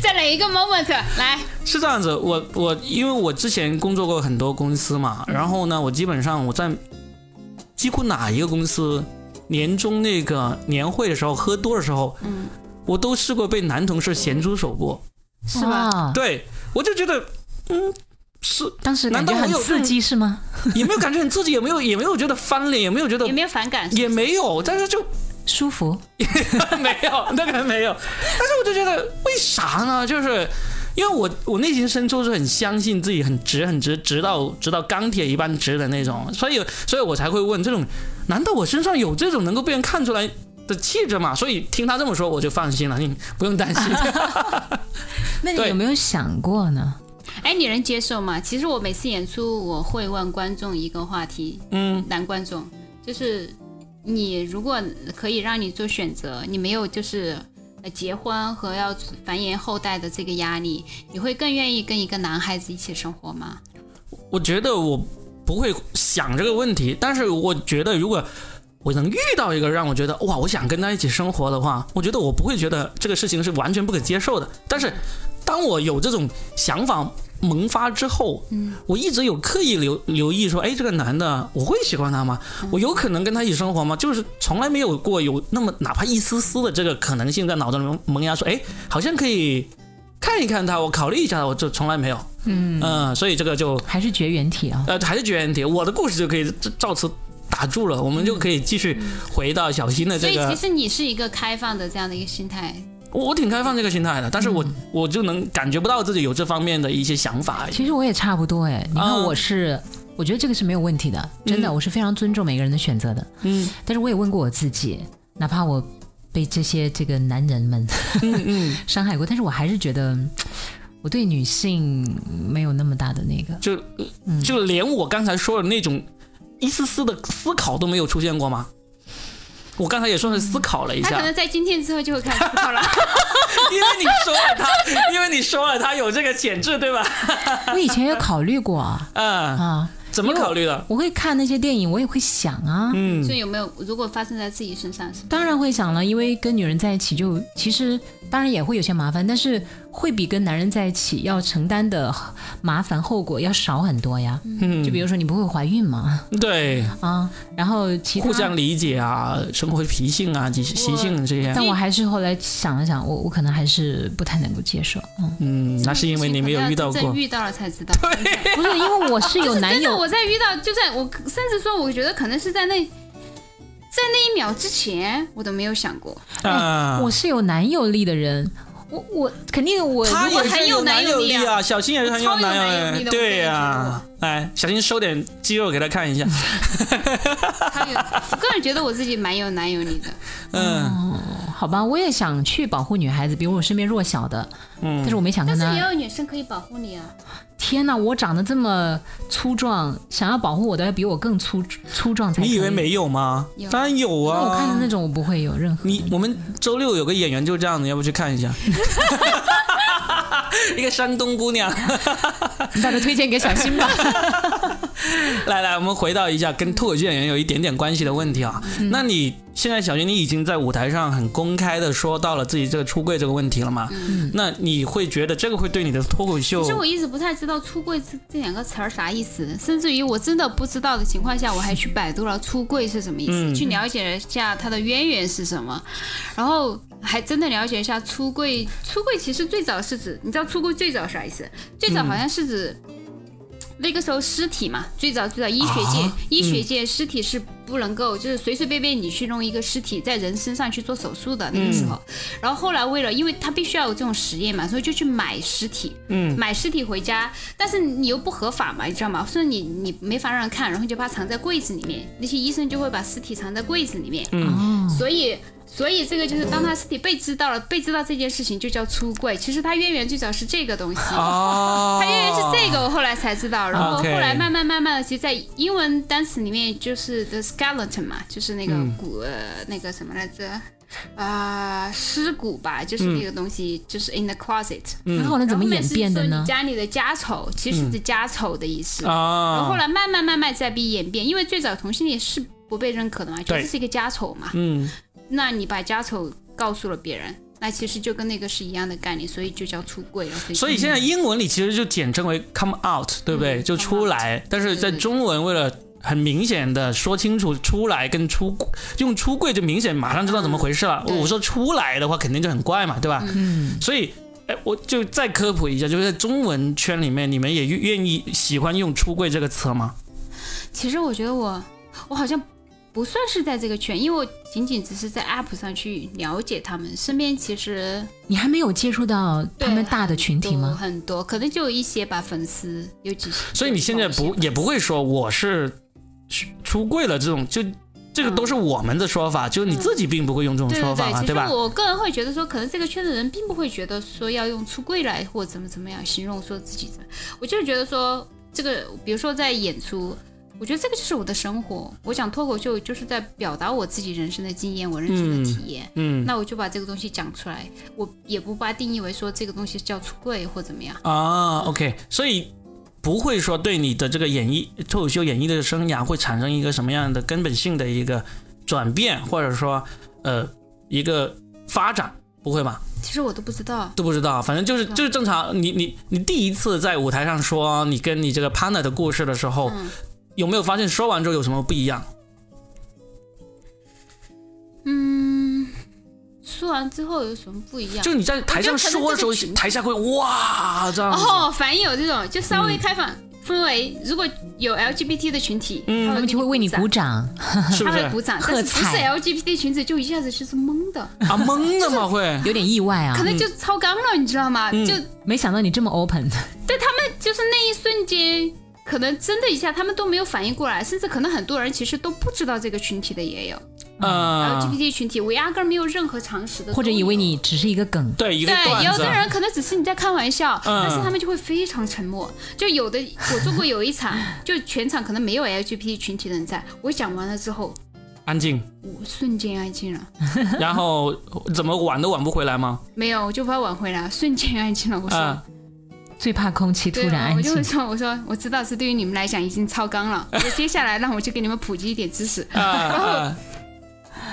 Speaker 3: 再来一个 moment，来，
Speaker 1: 是这样子，我我因为我之前工作过很多公司嘛，然后呢，我基本上我在几乎哪一个公司年终那个年会的时候喝多的时候，嗯，我都试过被男同事咸猪手过，
Speaker 3: 是吧？
Speaker 2: 哇？
Speaker 1: 对我就觉得，嗯，是
Speaker 2: 当时
Speaker 1: 难
Speaker 2: 感
Speaker 1: 道
Speaker 2: 觉
Speaker 1: 我
Speaker 2: 很
Speaker 1: 有
Speaker 2: 刺
Speaker 1: 更
Speaker 2: 激是吗？
Speaker 1: 也没有感觉很刺激，也没有也没有觉得翻脸，也没有觉得
Speaker 3: 也没有反感，
Speaker 1: 也没有，但是就
Speaker 2: 舒服？
Speaker 1: 没有，那个没有。但是我就觉得为啥呢？就是因为我我内心深处是很相信自己很直很直，直到直到钢铁一般直的那种，所以所以我才会问这种，难道我身上有这种能够被人看出来？的气质嘛，所以听他这么说我就放心了，你不用担心。
Speaker 2: 那你
Speaker 1: 对
Speaker 2: 有没有想过呢？
Speaker 3: 哎，你能接受吗？其实我每次演出，我会问观众一个话题，
Speaker 1: 嗯，
Speaker 3: 男观众，就是你如果可以让你做选择，你没有就是呃结婚和要繁衍后代的这个压力，你会更愿意跟一个男孩子一起生活吗？
Speaker 1: 我觉得我不会想这个问题，但是我觉得如果我能遇到一个让我觉得哇，我想跟他一起生活的话，我觉得我不会觉得这个事情是完全不可接受的。但是当我有这种想法萌发之后，嗯，我一直有刻意留留意说，哎，这个男的我会喜欢他吗？我有可能跟他一起生活吗？就是从来没有过有那么哪怕一丝丝的这个可能性在脑子里萌萌芽，说，哎，好像可以看一看他，我考虑一下他，我就从来没有。嗯所以这个就
Speaker 2: 还是绝缘体啊？
Speaker 1: 呃，还是绝缘体，我的故事就可以照照此打住了，我们就可以继续回到小新的
Speaker 3: 所
Speaker 1: 这
Speaker 3: 以
Speaker 1: 个。
Speaker 3: 其实你是一个开放的这样的一个心态，
Speaker 1: 我我挺开放这个心态的，但是我、
Speaker 3: 嗯
Speaker 1: 我就能感觉不到自己有这方面的一些想法而已。
Speaker 2: 其实我也差不多哎，你看
Speaker 1: 嗯
Speaker 2: 我是，我觉得这个是没有问题的，真的，
Speaker 1: 嗯
Speaker 2: 我是非常尊重每个人的选择的。
Speaker 1: 嗯
Speaker 2: 但是我也问过我自己，哪怕我被这些这个男人们
Speaker 1: 嗯嗯，
Speaker 2: 伤害过，但是我还是觉得嗯我对女性没有那么大的那个。
Speaker 1: 就就连我刚才说的那种一丝丝的思考都没有出现过吗？我刚才也算是思考了一
Speaker 3: 他
Speaker 1: 下
Speaker 3: 可，能在今天之后就会开始思考了。
Speaker 1: 因为你说了他，因为你说了他有这个潜质，对吧？
Speaker 2: 我以前也考虑 过啊
Speaker 1: 嗯，
Speaker 2: 啊，
Speaker 1: 怎么考虑的？
Speaker 2: 我会看那些电影，我也会想啊，
Speaker 1: 嗯
Speaker 3: 所以有没有如果发生在自己身上是吧？
Speaker 2: 当然会想了，因为跟女人在一起就其实当然也会有些麻烦，但是会比跟男人在一起要承担的麻烦后果要少很多呀。就
Speaker 1: 嗯，
Speaker 2: 比如说你不会怀孕嘛
Speaker 1: 对，
Speaker 2: 啊，然后其他
Speaker 1: 互相理解啊，生活习性啊、习习性这些。
Speaker 2: 但我还是后来想了想，我我可能还是不太能够接 受，嗯，
Speaker 1: 嗯，那是因为你没有遇到
Speaker 3: 可能要
Speaker 1: 过
Speaker 3: 真正。遇到了才 知道。
Speaker 2: 不是因为我是有男
Speaker 3: 真的，
Speaker 2: 友，
Speaker 3: 我在遇到，就在我甚至说，我觉得可能是在那，在那一秒之前，我都没有想过。哎
Speaker 1: 啊
Speaker 2: 我是有男友力的人，我我肯定我
Speaker 1: 他
Speaker 2: 如果
Speaker 1: 也
Speaker 3: 很
Speaker 1: 是
Speaker 3: 有
Speaker 1: 男
Speaker 3: 男友
Speaker 1: 力
Speaker 3: 力啊
Speaker 1: 啊，小新也是很
Speaker 3: 我超有
Speaker 1: 男
Speaker 3: 男友
Speaker 1: 友
Speaker 3: 力的
Speaker 1: 对呀、
Speaker 3: 我
Speaker 1: 来，小新收点肌肉给他看一 下。
Speaker 3: 他有， 我个人觉得我自己蛮有男友力的。
Speaker 1: 嗯，
Speaker 2: 好吧，我也想去保护女孩子，比如我身边弱小的，
Speaker 1: 嗯
Speaker 2: 但是我没想
Speaker 3: 但
Speaker 2: 跟
Speaker 3: 是
Speaker 2: 他
Speaker 3: 也有女生可以保护你啊。
Speaker 2: 天哪，我长得这么粗壮，想要保护我的要比我更粗粗壮才可
Speaker 1: 你以为？没有吗？
Speaker 3: 有
Speaker 1: 当然有
Speaker 2: 那我看的
Speaker 1: 啊
Speaker 2: 那。种我不会有任何
Speaker 1: 你我们周六有个演员就这样子，要不去看一下？ 一个山东姑娘，
Speaker 2: 大家推荐给小新 吧。
Speaker 1: 来来，我们回到一下跟脱口秀演员有一点点关系的问题啊。
Speaker 3: 嗯
Speaker 1: 那你现在小新，你已经在舞台上很公开的说到了自己这个出柜这个问题了嘛？那你会觉得这个会对你的脱口秀
Speaker 3: 嗯其实我一直不太知道“出柜”这这两个词儿啥意思，甚至于我真的不知道的情况下，我还去百度了“出柜”是什么意思，
Speaker 1: 嗯
Speaker 3: 去了解了一下它的渊源是什么，然后还真的了解一下“出柜”。出柜其实最早是指，你知道“出柜”最早啥意思？最早好像是指。那个时候尸体嘛，最早最早医学界，
Speaker 1: 啊
Speaker 3: 医学界尸体是不能够，就是随随便便你去弄一个尸体在人身上去做手术的那个时
Speaker 1: 嗯
Speaker 3: 候。然后后来为了，因为他必须要有这种实验嘛，所以就去买尸体，
Speaker 1: 嗯，
Speaker 3: 买尸体回家，但是你又不合法嘛，你知道吗？所以你你没法让人看，然后就把它藏在柜子里面，那些医生就会把尸体藏在柜子里面，嗯，所以。所以这个就是当他尸体被知道了，被知道这件事情就叫出柜。其实他渊源最早是这个东 西，
Speaker 1: 哦，
Speaker 3: 它渊源是这个，我后来才知道。然后
Speaker 1: OK
Speaker 3: 后来慢慢慢慢的，其实，在英文单词里面就是 the skeleton 嘛，就是那个
Speaker 1: 嗯
Speaker 3: 骨、呃、那个什么来着，啊，尸骨吧，就是
Speaker 1: 嗯
Speaker 3: 那个东西，就是 in the closet。
Speaker 2: 然后呢，
Speaker 3: 然
Speaker 2: 怎
Speaker 3: 后
Speaker 2: 么
Speaker 3: 后面
Speaker 2: 演
Speaker 3: 是
Speaker 2: 变的
Speaker 3: 说
Speaker 2: 呢
Speaker 3: 你？家里的家丑其实是家丑的意思。然后
Speaker 1: 嗯啊
Speaker 3: 后，来慢慢慢慢再被演变，因为最早同性恋是不被认可的嘛，就
Speaker 1: 对
Speaker 3: 这是一个家丑嘛。
Speaker 1: 嗯，
Speaker 3: 那你把家丑告诉了别人，那其实就跟那个是一样的概念，所以就叫出柜了。所以
Speaker 1: 所以现在英文里其实就简称为 come out，对不对？
Speaker 3: 嗯
Speaker 1: 就出来，但是在中文为了很明显的说清楚出来跟出用出柜就明显马上知道怎么回事了。
Speaker 3: 嗯对
Speaker 1: 我说出来的话肯定就很怪嘛，对吧？
Speaker 2: 嗯，
Speaker 1: 所以，哎，我就再科普一下，就是在中文圈里面，你们也愿愿意喜欢用“出柜”这个词吗？
Speaker 3: 其实我觉得我我好像不算是在这个圈，因为我仅仅只是在 App 上去了解他们，身边其实
Speaker 2: 你还没有接触到
Speaker 3: 对
Speaker 2: 他们大的群体
Speaker 3: 有
Speaker 2: 吗？
Speaker 3: 很多，可能就有一些吧，粉丝有几十。
Speaker 1: 所以你现在不也不会说我是出柜了这种，就这个都是我们的说法，就是你自己并不会用这种
Speaker 3: 对
Speaker 1: 说
Speaker 3: 对
Speaker 1: 法嘛，
Speaker 3: 嗯对，其
Speaker 1: 对
Speaker 3: 实
Speaker 1: 吧？
Speaker 3: 我个人会觉得说，可能这个圈的人并不会觉得说要用出柜来或怎么怎么样形容说自己怎么，我就是觉得说这个，比如说在演出，我觉得这个就是我的生活，我讲脱口秀就是在表达我自己人生的经验，我人生
Speaker 1: 嗯
Speaker 3: 的体验。
Speaker 1: 嗯
Speaker 3: 那我就把这个东西讲出来，我也不把它定义为说这个东西叫出柜或怎么样。
Speaker 1: 啊，OK，所以。不会说对你的这个演艺脱口秀演艺的生涯会产生一个什么样的根本性的一个转变，或者说呃一个发展，不会吧？
Speaker 3: 其实我都不知道，
Speaker 1: 都不知道，反正
Speaker 3: 嗯
Speaker 1: 就是就是正常。你你你第一次在舞台上说你跟你这个 partner 的故事的时候，
Speaker 3: 嗯
Speaker 1: 有没有发现说完之后有什么不一样？
Speaker 3: 嗯，说完之后有什么不一样？
Speaker 1: 就你在台上说的时候
Speaker 3: 我觉得可能这，个
Speaker 1: 台下会哇这样子。
Speaker 3: 哦，反应有这种，就稍微开放氛围，如果有 LGBT 的群体，
Speaker 1: 嗯
Speaker 2: 他们就会为你鼓
Speaker 3: 掌，
Speaker 2: 掌，
Speaker 1: 是不
Speaker 3: 他
Speaker 1: 是
Speaker 3: 会鼓掌，但
Speaker 2: 喝
Speaker 3: 是不是
Speaker 2: 彩
Speaker 3: LGBT 群体就一下子就是懵的，
Speaker 1: 啊，懵的嘛 会。
Speaker 2: 有点意外啊
Speaker 3: 可，能就超纲了，你知道吗？
Speaker 1: 嗯
Speaker 3: 就
Speaker 2: 没想到你这么 open，
Speaker 3: 就是那一瞬间。可能真的一下，他们都没有反应过来，甚至可能很多人其实都不知道这个群体的也有、
Speaker 1: 呃，
Speaker 3: LGBT 群体，我压根儿没有任何常识的，
Speaker 2: 或者以为你只是一个梗，
Speaker 1: 对一个
Speaker 3: 对，
Speaker 1: 段
Speaker 3: 有
Speaker 1: 子
Speaker 3: 的，人可能只是你在开玩笑，
Speaker 1: 嗯
Speaker 3: 但是他们就会非常沉默。就有的我做过有一场，就全场可能没有 LGBT 群体的人在，我讲完了之后，
Speaker 1: 安 静，
Speaker 3: 我瞬间安静了，
Speaker 1: 然后怎么挽都挽不回来吗？
Speaker 3: 没有，我就把它挽回来，瞬间安静了。我说，
Speaker 1: 啊，
Speaker 2: 最怕空气突
Speaker 3: 对，啊
Speaker 2: 然安
Speaker 3: 我就会
Speaker 2: 静。
Speaker 3: 说，我说我知道是对于你们来讲已经超纲 了，我接下来让我去给你们普及一点知识，
Speaker 1: 啊啊，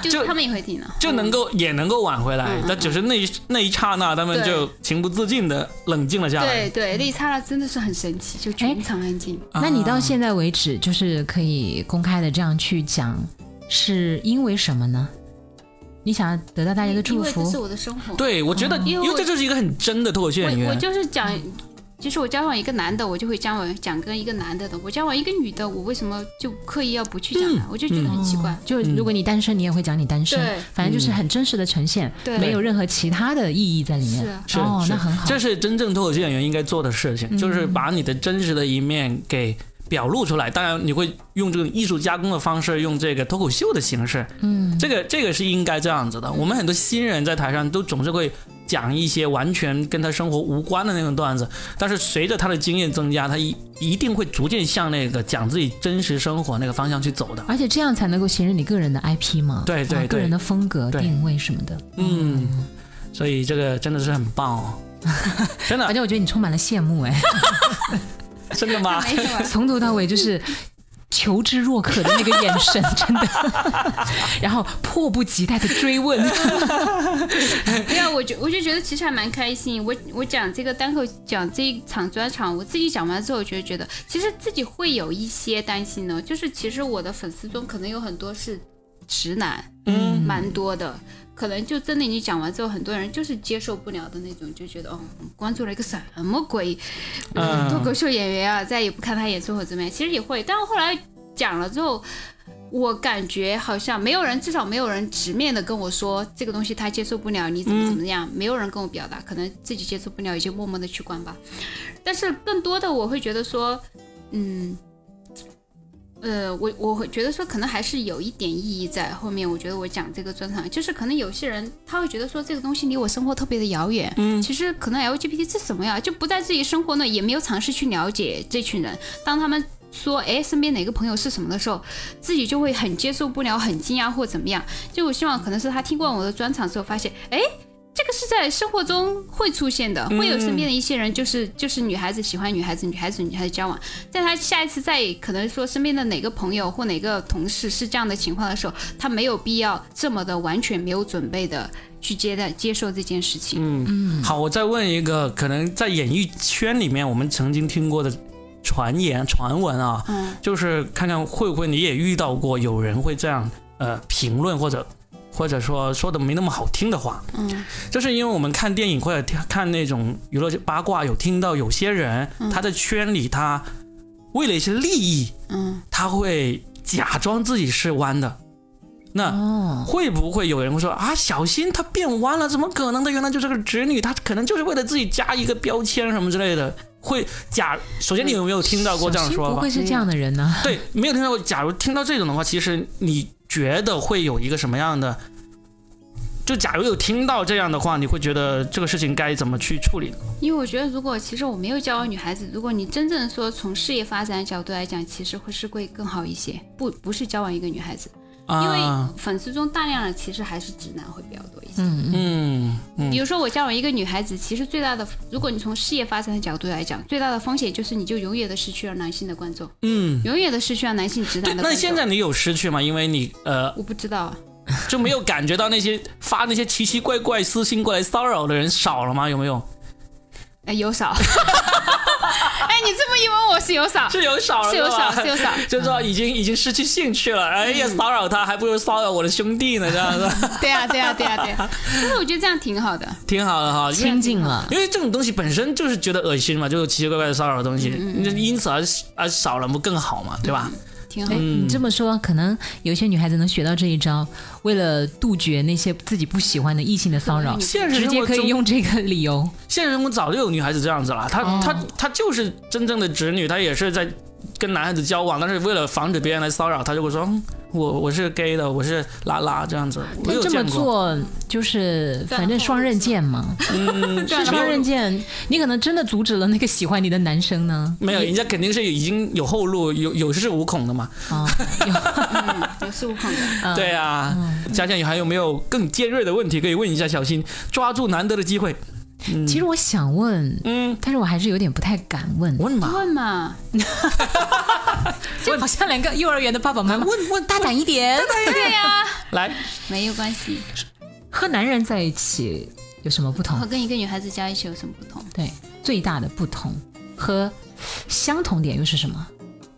Speaker 3: 就
Speaker 1: 就是
Speaker 3: 他们也会听了，
Speaker 1: 就能够也能够挽回来
Speaker 3: 嗯，
Speaker 1: 那只是那一那一刹那，他们
Speaker 3: 对
Speaker 1: 就情不自禁的冷静了下来
Speaker 3: 对。对，那一刹那真的是很神奇，就
Speaker 2: 哎
Speaker 3: 全场安静。
Speaker 1: 啊
Speaker 2: 那你到现在为止，就是可以公开的这样去讲，是因为什么呢？你想要得到大家的
Speaker 3: 因
Speaker 2: 祝
Speaker 3: 为这是
Speaker 2: 福，
Speaker 3: 我的生活，
Speaker 1: 对，我觉得，
Speaker 3: 嗯因
Speaker 1: 因
Speaker 3: 为
Speaker 1: 为
Speaker 3: 我
Speaker 1: 这就是一个很真的脱口秀演
Speaker 3: 我我
Speaker 1: 员。
Speaker 3: 就是讲，其实我交往一个男的，我就会交往讲跟一个男的的；我交往一个女的，我为什么就刻意要不去讲呢？我就觉
Speaker 1: 嗯
Speaker 3: 得很奇怪。
Speaker 2: 哦就如果你单身，你也会讲你单身
Speaker 3: 嗯对，
Speaker 2: 反正就是很真实的呈现，
Speaker 3: 对
Speaker 2: 没有任何其他的意义在里面。
Speaker 3: 是
Speaker 1: 是
Speaker 2: 哦，
Speaker 1: 是
Speaker 2: 那很好。
Speaker 1: 这是真正脱口秀演员应该做的事情，就是把你的真实的一面给表露出来。当然，你会用这种艺术加工的方式，用这个脱口秀的形式。嗯，这个这个是应该这样子的。我们很多新人在台上都总是会讲一些完全跟他生活无关的那种段子，但是随着他的经验增加，他一一定会逐渐向那个讲自己真实生活那个方向去走的。
Speaker 2: 而且这样才能够显示你个人的 IP 嘛，
Speaker 1: 对对
Speaker 2: 啊个人
Speaker 1: 对
Speaker 2: 的风格
Speaker 1: 对
Speaker 2: 定位什么的。
Speaker 1: 嗯，所以这个真的是很棒哦，真
Speaker 2: 而
Speaker 1: 的
Speaker 2: 且我觉得你充满了羡慕，哎，
Speaker 1: 真的吗？
Speaker 3: 没什 么，
Speaker 2: 从头到尾就是求知若渴的那个眼神，真的， 然后迫不及待的 追问。
Speaker 3: 没有，我就我就觉得其实还蛮开心。我我讲这个单口，讲这一场专场，我自己讲完之后，我就觉得其实自己会有一些担心呢。就是其实我的粉丝中可能有很多是直男，
Speaker 1: 嗯，
Speaker 3: 蛮多的。可能就真的你讲完之后，很多人就是接受不了的那种，就觉得哦，关注了一个什么鬼
Speaker 1: 嗯
Speaker 3: 脱口秀演员啊，再也不看他演出或怎么样。其实也会，但是后来讲了之后，我感觉好像没有人，至少没有人直面的跟我说这个东西他接受不了，你怎么怎么样，
Speaker 1: 嗯
Speaker 3: 没有人跟我表达，可能自己接受不了，也就默默的去关吧。但是更多的我会觉得说，嗯。呃，我我会觉得说，可能还是有一点意义在后面。我觉得我讲这个专场，就是可能有些人他会觉得说这个东西离我生活特别的遥远。嗯，其实可能 LGBT 是什么呀？就不在自己生活呢，也没有尝试去了解这群人。当他们说哎身边哪个朋友是什么的时候，自己就会很接受不了，很惊讶或怎么样。就我希望可能是他听过我的专场之后，发现哎。这个是在生活中会出现的，会有身边的一些人，就是就是女孩子喜欢女孩子，女孩子女孩子交往，在他下一次再可能说身边的哪个朋友或哪个同事是这样的情况的时候，他没有必要这么的完全没有准备的去接待接受这件事
Speaker 1: 嗯
Speaker 3: 情。
Speaker 1: 好，我再问一个，可能在演艺圈里面我们曾经听过的传言传闻啊，
Speaker 3: 嗯
Speaker 1: 就是看看会不会你也遇到过有人会这样呃评论或者或者说说的没那么好听的话，
Speaker 3: 嗯
Speaker 1: 就是因为我们看电影或者听看那种娱乐八卦，有听到有些人
Speaker 3: 嗯
Speaker 1: 他在圈里他为了一些利益，
Speaker 3: 嗯
Speaker 1: 他会假装自己是弯的，那。
Speaker 2: 哦，
Speaker 1: 会不会有人会说啊，小心她变弯了，怎么可能？她原来就是个直女，她可能就是为了自己加一个标签什么之类的，会假。首先，你有没有听到过这样
Speaker 2: 小
Speaker 1: 的
Speaker 2: 新
Speaker 1: 说
Speaker 2: 不
Speaker 1: 法
Speaker 2: 嗯会？是这样的人呢？
Speaker 1: 对，没有听到过。假如听到这种的话，其实你觉得会有一个什么样的？就假如有听到这样的话，你会觉得这个事情该怎么去处理？
Speaker 3: 因为我觉得，如果其实我没有教女孩子，如果你真正说从事业发展的角度来讲，其实会是会更好一些。不不是交往一个女孩子，因
Speaker 1: 啊
Speaker 3: 为，粉丝中大量的其实还是直男会比较多一些。
Speaker 2: 嗯嗯
Speaker 1: 嗯嗯，
Speaker 3: 比如说我交往一个女孩子，其实最大的，如果你从事业发展的角度来讲，最大的风险就是你就永远的失去了男性的观众，
Speaker 1: 嗯，
Speaker 3: 永远的失去了男性直
Speaker 1: 对。
Speaker 3: 男的观众。
Speaker 1: 那现在你有失去吗？因为你呃
Speaker 3: 我不知道啊，
Speaker 1: 就没有感觉到那些发那些奇奇怪怪私信过来骚扰的人少了吗？有没有？
Speaker 3: 哎，有少。 哎，你这么一问，我是有少，
Speaker 1: 是有少了，
Speaker 3: 是有少，
Speaker 1: 吧
Speaker 3: 是有少。
Speaker 1: 就说已经已经失去兴趣了，哎呀，骚扰他还不如骚扰我的兄弟呢，这样 子
Speaker 3: 对啊，对啊，对啊，对 啊。但是我觉得这样挺好的。
Speaker 1: 挺好的哈，因为
Speaker 2: 亲近了，
Speaker 1: 因为这种东西本身就是觉得恶心嘛，就是奇奇怪怪的骚扰的东西，那因此而而少了不更好嘛，对吧？
Speaker 3: 挺
Speaker 1: 嗯
Speaker 3: 好
Speaker 2: 哎，。你这么说，可能有一些女孩子能学到这一招，为了杜绝那些自己不喜欢的异性的骚扰，
Speaker 1: 现实
Speaker 2: 直
Speaker 1: 生
Speaker 2: 接
Speaker 1: 活
Speaker 2: 可以
Speaker 1: 中，
Speaker 2: 用这个理由。
Speaker 1: 现实生活早就有女孩子这样子了，她、
Speaker 2: 哦
Speaker 1: 她她就是真正的直女，她也是在跟男孩子交往，但是为了防止别人来骚扰，她就会说，嗯我我是 gay 的，我是拉拉这样子，我
Speaker 2: 但
Speaker 1: 有
Speaker 2: 这么
Speaker 1: 见过，
Speaker 2: 做就是
Speaker 3: 断
Speaker 2: 反正
Speaker 3: 后
Speaker 2: 双刃
Speaker 3: 路
Speaker 2: 剑嘛，
Speaker 1: 嗯，
Speaker 3: 断
Speaker 1: 是没
Speaker 3: 了
Speaker 2: 双
Speaker 1: 有
Speaker 3: 后
Speaker 2: 刃剑，你可能真的阻止了那个喜欢你的男生呢。
Speaker 1: 没有，人家肯定是已经有后路，有有恃无恐的嘛。
Speaker 2: 啊，
Speaker 3: 嗯，有恃无恐的。
Speaker 2: 嗯
Speaker 1: 对啊，想想还有没有更尖锐的问题可以问一下小新？抓住难得的机会，
Speaker 2: 其实我想问，
Speaker 1: 嗯，
Speaker 2: 但是我还是有点不太敢问。
Speaker 1: 问嘛，
Speaker 3: 问嘛，
Speaker 2: 就好像两个幼儿园的爸爸妈妈，
Speaker 1: 问问
Speaker 2: 大胆一点。
Speaker 3: 对呀、
Speaker 1: 来，
Speaker 3: 没有关系。
Speaker 2: 和男人在一起有什么不
Speaker 3: 和
Speaker 2: 同？
Speaker 3: 跟一个女孩子在一起有什么不同？
Speaker 2: 对，最大的不同和相同点又是什么？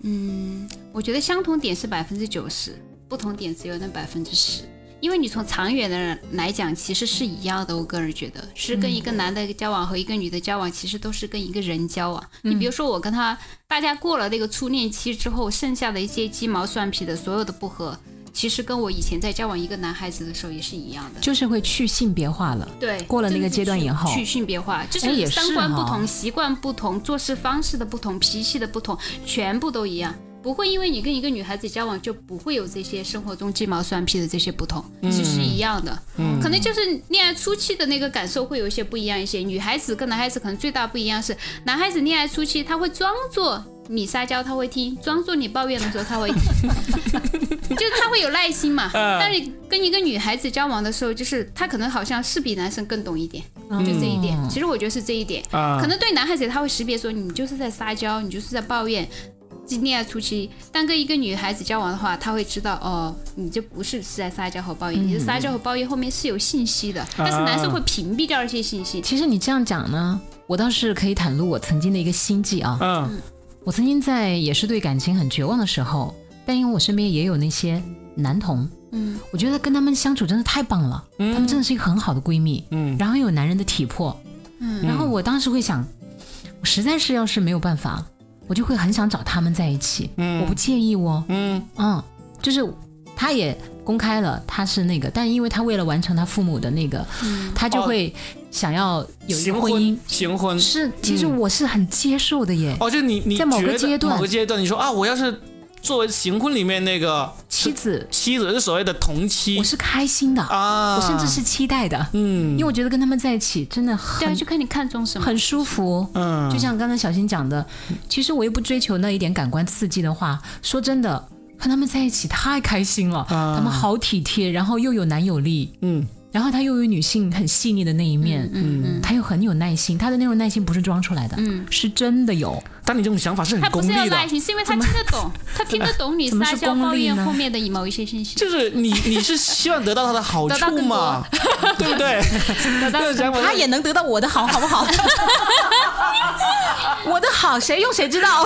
Speaker 3: 嗯，我觉得相同点是百分之九十，不同点只有那百分之十。因为你从长远的来讲，其实是一样的。我个人觉得，是跟一个男的交往和一个女的交往，其实都是跟一个人交往。你比如说，我跟他，大家过了那个初恋期之后，剩下的一些鸡毛蒜皮的所有的不合，其实跟我以前在交往一个男孩子的时候也是一样的。
Speaker 2: 就是会去性别化了。
Speaker 3: 对，
Speaker 2: 过了那个阶段以后
Speaker 3: 就是去去性别化，就
Speaker 2: 哎也是
Speaker 3: 三观不同、
Speaker 2: 哈
Speaker 3: 习惯不同、做事方式的不同、脾气的不同，全部都一样。不会因为你跟一个女孩子交往就不会有这些生活中鸡毛蒜皮的这些不同，
Speaker 2: 嗯
Speaker 3: 其实一样的。可能就是恋爱初期的那个感受会有一些不一样一些。女孩子跟男孩子可能最大不一样是，男孩子恋爱初期他会装作你撒娇他会听，装作你抱怨的时候他会听， 就是他会有耐心嘛。
Speaker 1: 嗯
Speaker 3: 但是跟一个女孩子交往的时候，就是他可能好像是比男生更懂一点，就
Speaker 2: 嗯
Speaker 3: 这一点。其实我觉得是这一点，
Speaker 1: 嗯啊
Speaker 3: 可能对男孩子他会识别说你就是在撒娇，你就是在抱怨。恋爱初期，但跟一个女孩子交往的话，他会知道哦，你这不是是在撒娇和抱
Speaker 1: 嗯
Speaker 3: 怨，你的撒娇和抱怨后面是有信息
Speaker 1: 啊
Speaker 3: 的，但是男生会屏蔽掉一些信息。
Speaker 2: 其实你这样讲呢，我倒是可以袒露我曾经的一个心计啊。
Speaker 1: 嗯
Speaker 2: 我曾经在也是对感情很绝望的时候，但因为我身边也有那些男同，
Speaker 3: 嗯
Speaker 2: 我觉得跟他们相处真的太棒了，他们真的是一个很好的闺蜜，
Speaker 1: 嗯，
Speaker 2: 然后又有男人的体魄，
Speaker 3: 嗯
Speaker 2: 然后我当时会想，我实在是要是没有办法，我就会很想找他们在一起，我不介意哦，嗯就是他也公开了他是那个，但因为他为了完成他父母的那个，
Speaker 3: 嗯
Speaker 2: 他就会想要有一
Speaker 1: 行
Speaker 2: 个婚姻
Speaker 1: 婚，行婚，
Speaker 2: 是，其实我是很接受的耶，
Speaker 1: 哦，就你你
Speaker 2: 在某
Speaker 1: 觉
Speaker 2: 个
Speaker 1: 得
Speaker 2: 阶段
Speaker 1: 某个阶段，你说啊，我要是作为行婚里面那个
Speaker 2: 妻子，
Speaker 1: 妻子，就所谓的同妻
Speaker 2: 我是开心的，
Speaker 1: 啊，
Speaker 2: 我甚至是期待的，
Speaker 1: 嗯，
Speaker 2: 因为我觉得跟他们在一起真的
Speaker 3: 对啊，
Speaker 2: 很
Speaker 3: 就看你看中什么。
Speaker 2: 很舒服，
Speaker 1: 嗯，
Speaker 2: 就像刚才小新讲的，其实我又不追求那一点感官刺激的话，说真的，和他们在一起太开心了，
Speaker 1: 啊
Speaker 2: 他们好体贴，然后又有男友力，
Speaker 1: 嗯
Speaker 2: 然后他又有女性很细腻的那一面，
Speaker 3: 嗯嗯
Speaker 2: 他又很有耐心，他的那种耐心不是装出来的，
Speaker 3: 嗯，
Speaker 2: 是真 的有。
Speaker 1: 但你这种想法是
Speaker 2: 嗯
Speaker 3: 他
Speaker 1: 很
Speaker 3: 不
Speaker 1: 功
Speaker 3: 是要
Speaker 1: 利的
Speaker 3: 耐，心，是因为他听得懂，他听得懂你
Speaker 2: 怎么
Speaker 3: 撒
Speaker 2: 是
Speaker 3: 娇
Speaker 2: 功
Speaker 3: 抱
Speaker 2: 利
Speaker 3: 怨
Speaker 2: 呢
Speaker 3: 后面的某一些信息，
Speaker 1: 就是你你是希望得到他的好
Speaker 3: 得到
Speaker 1: 处
Speaker 3: 更多
Speaker 1: 嘛，对不对？
Speaker 3: 得 到
Speaker 1: 这个想法
Speaker 2: 他也能得到我的好，好不好？ 我的好谁用谁 知道，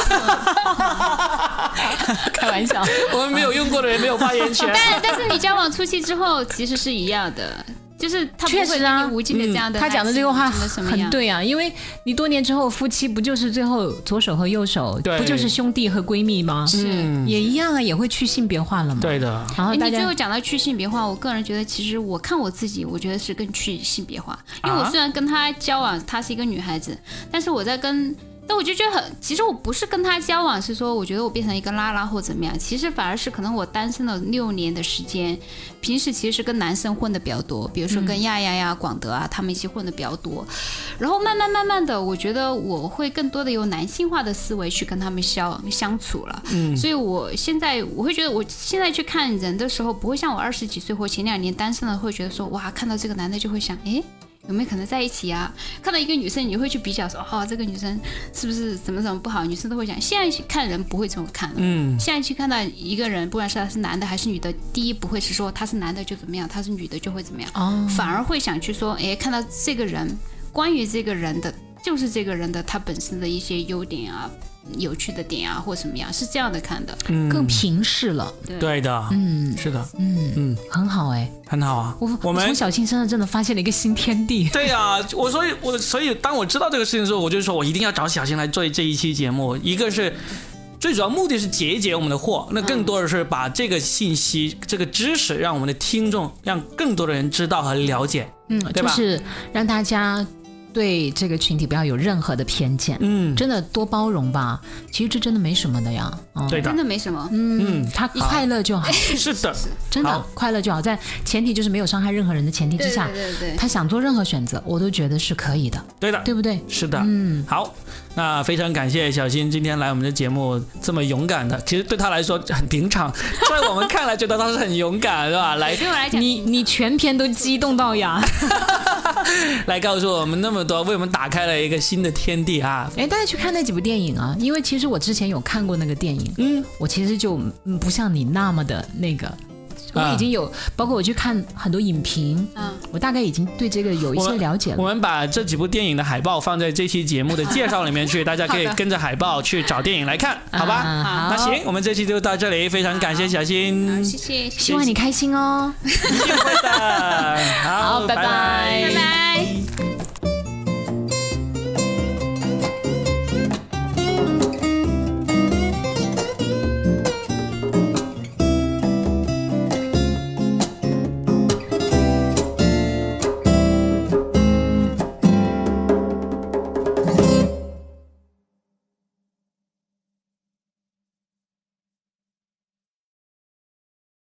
Speaker 2: 开玩笑。
Speaker 1: 我们没有用过的人没有发言 权。
Speaker 3: 但但是你交往初期之后，其实是一样的，就是他不
Speaker 2: 确
Speaker 3: 会
Speaker 2: 实
Speaker 3: 给
Speaker 2: 啊
Speaker 3: 你无尽的这样的、
Speaker 2: 他讲的这个话
Speaker 3: 什么
Speaker 2: 很
Speaker 3: 样？
Speaker 2: 对啊，因为你多年之后夫妻不就是最后左手和右手，
Speaker 1: 对嗯
Speaker 2: 不就是兄弟和闺蜜吗？
Speaker 3: 是。
Speaker 2: 也一样啊，也会去性别化了嘛。，
Speaker 1: 对的，
Speaker 2: 然后
Speaker 3: 哎
Speaker 2: 大
Speaker 3: 你最
Speaker 2: 家
Speaker 3: 后讲到去性别化，我个人觉得，其实我看我自己，我觉得是更去性别化，因为我
Speaker 1: 啊
Speaker 3: 虽然跟她交往，她是一个女孩子，但是我在跟，但我就觉得很，其实我不是跟她交往，是说我觉得我变成一个拉拉或怎么样，其实反而是可能我单身了六年的时间，平时其实是跟男生混的比较多，比如说
Speaker 2: 嗯
Speaker 3: 跟亚亚呀、广德啊他们一起混的比较多，然后慢慢慢慢的，我觉得我会更多的有男性化的思维去跟他们相相处了。嗯，所以我现在我会觉得，我现在去看人的时候，不会像我二十几岁或前两年单身了，会觉得说哇，看到这个男的就会想，诶，有没有可能在一起啊？ 看到一个女生，你会去比较说，哦，这个女生是不是怎么怎么不好？女生都会想，现在去看人不会这么看了。
Speaker 1: 嗯，
Speaker 3: 现在去看到一个人，不管是他是男的还是女的，第一不会是说他是男的就怎么样，他是女的就会怎么样，
Speaker 2: 哦
Speaker 3: 反而会想去说，哎，看到这个人，关于这个人的，就是这个人的他本身的一些优点啊、有趣的点啊，或什么样，是这样的看的。
Speaker 2: 更平视了，
Speaker 1: 嗯对的，
Speaker 2: 嗯
Speaker 1: 是的，
Speaker 2: 嗯
Speaker 1: 嗯，
Speaker 2: 很好哎。
Speaker 1: 很好啊。
Speaker 2: 我
Speaker 1: 我们
Speaker 2: 从小青身上真的发现了一个新天 地。
Speaker 1: 对呀、我所以，我所以当我知道这个事情的时候，我就说我一定要找小新来做这一期节目。一个是最主要目的是解一解我们的惑，那
Speaker 2: 嗯
Speaker 1: 更多的是把这个信息、这个知识，让我们的听众，让更多的人知道和了解。
Speaker 2: 嗯，
Speaker 1: 对
Speaker 2: 就
Speaker 1: 吧
Speaker 2: 是让大家对这个群体不要有任何的偏见，
Speaker 1: 嗯，
Speaker 2: 真的多包容吧。其实这真的没什么的呀。嗯、
Speaker 1: 对的
Speaker 3: 真，的没什么，
Speaker 2: 嗯，他
Speaker 1: 好
Speaker 2: 快乐就好，
Speaker 1: 是的，
Speaker 2: 真的
Speaker 1: 好
Speaker 2: 快乐就好，在前提就是没有伤害任何人的前提之下，
Speaker 3: 对对
Speaker 2: 他想做任何选择，我都觉得是可以的，
Speaker 1: 对的，
Speaker 2: 对不对？
Speaker 1: 是的。嗯，好，那非常感谢小新今天来我们的节目，这么勇敢的，其实对他来说很平常， 在我们看来觉得他是很勇敢，是吧？来
Speaker 3: 对我来讲，
Speaker 2: 你你全篇都激动到 呀！
Speaker 1: 来告诉我们那么多，为我们打开了一个新的天地啊！
Speaker 2: 哎，大家去看那几部电影啊，因为其实我之前有看过那个电影，
Speaker 1: 嗯，
Speaker 2: 我其实就嗯不像你那么的那个，我
Speaker 1: 啊
Speaker 2: 已经有，包括我去看很多影评，
Speaker 3: 嗯，
Speaker 2: 我大概已经对这个有一
Speaker 1: 我
Speaker 2: 些
Speaker 1: 们
Speaker 2: 了解
Speaker 1: 我
Speaker 2: 了。
Speaker 1: 们把这几部电影的海报放在这期节目的介绍里面去，大家可以跟着海报去找电影来看，好吧？
Speaker 2: 啊
Speaker 1: 那，行，我们这期就到这里，非常感谢小
Speaker 3: 好，
Speaker 1: 新，
Speaker 3: 谢谢，谢
Speaker 2: 希望你开心哦。
Speaker 1: 一定会的。
Speaker 2: 好拜拜
Speaker 3: 谢拜拜。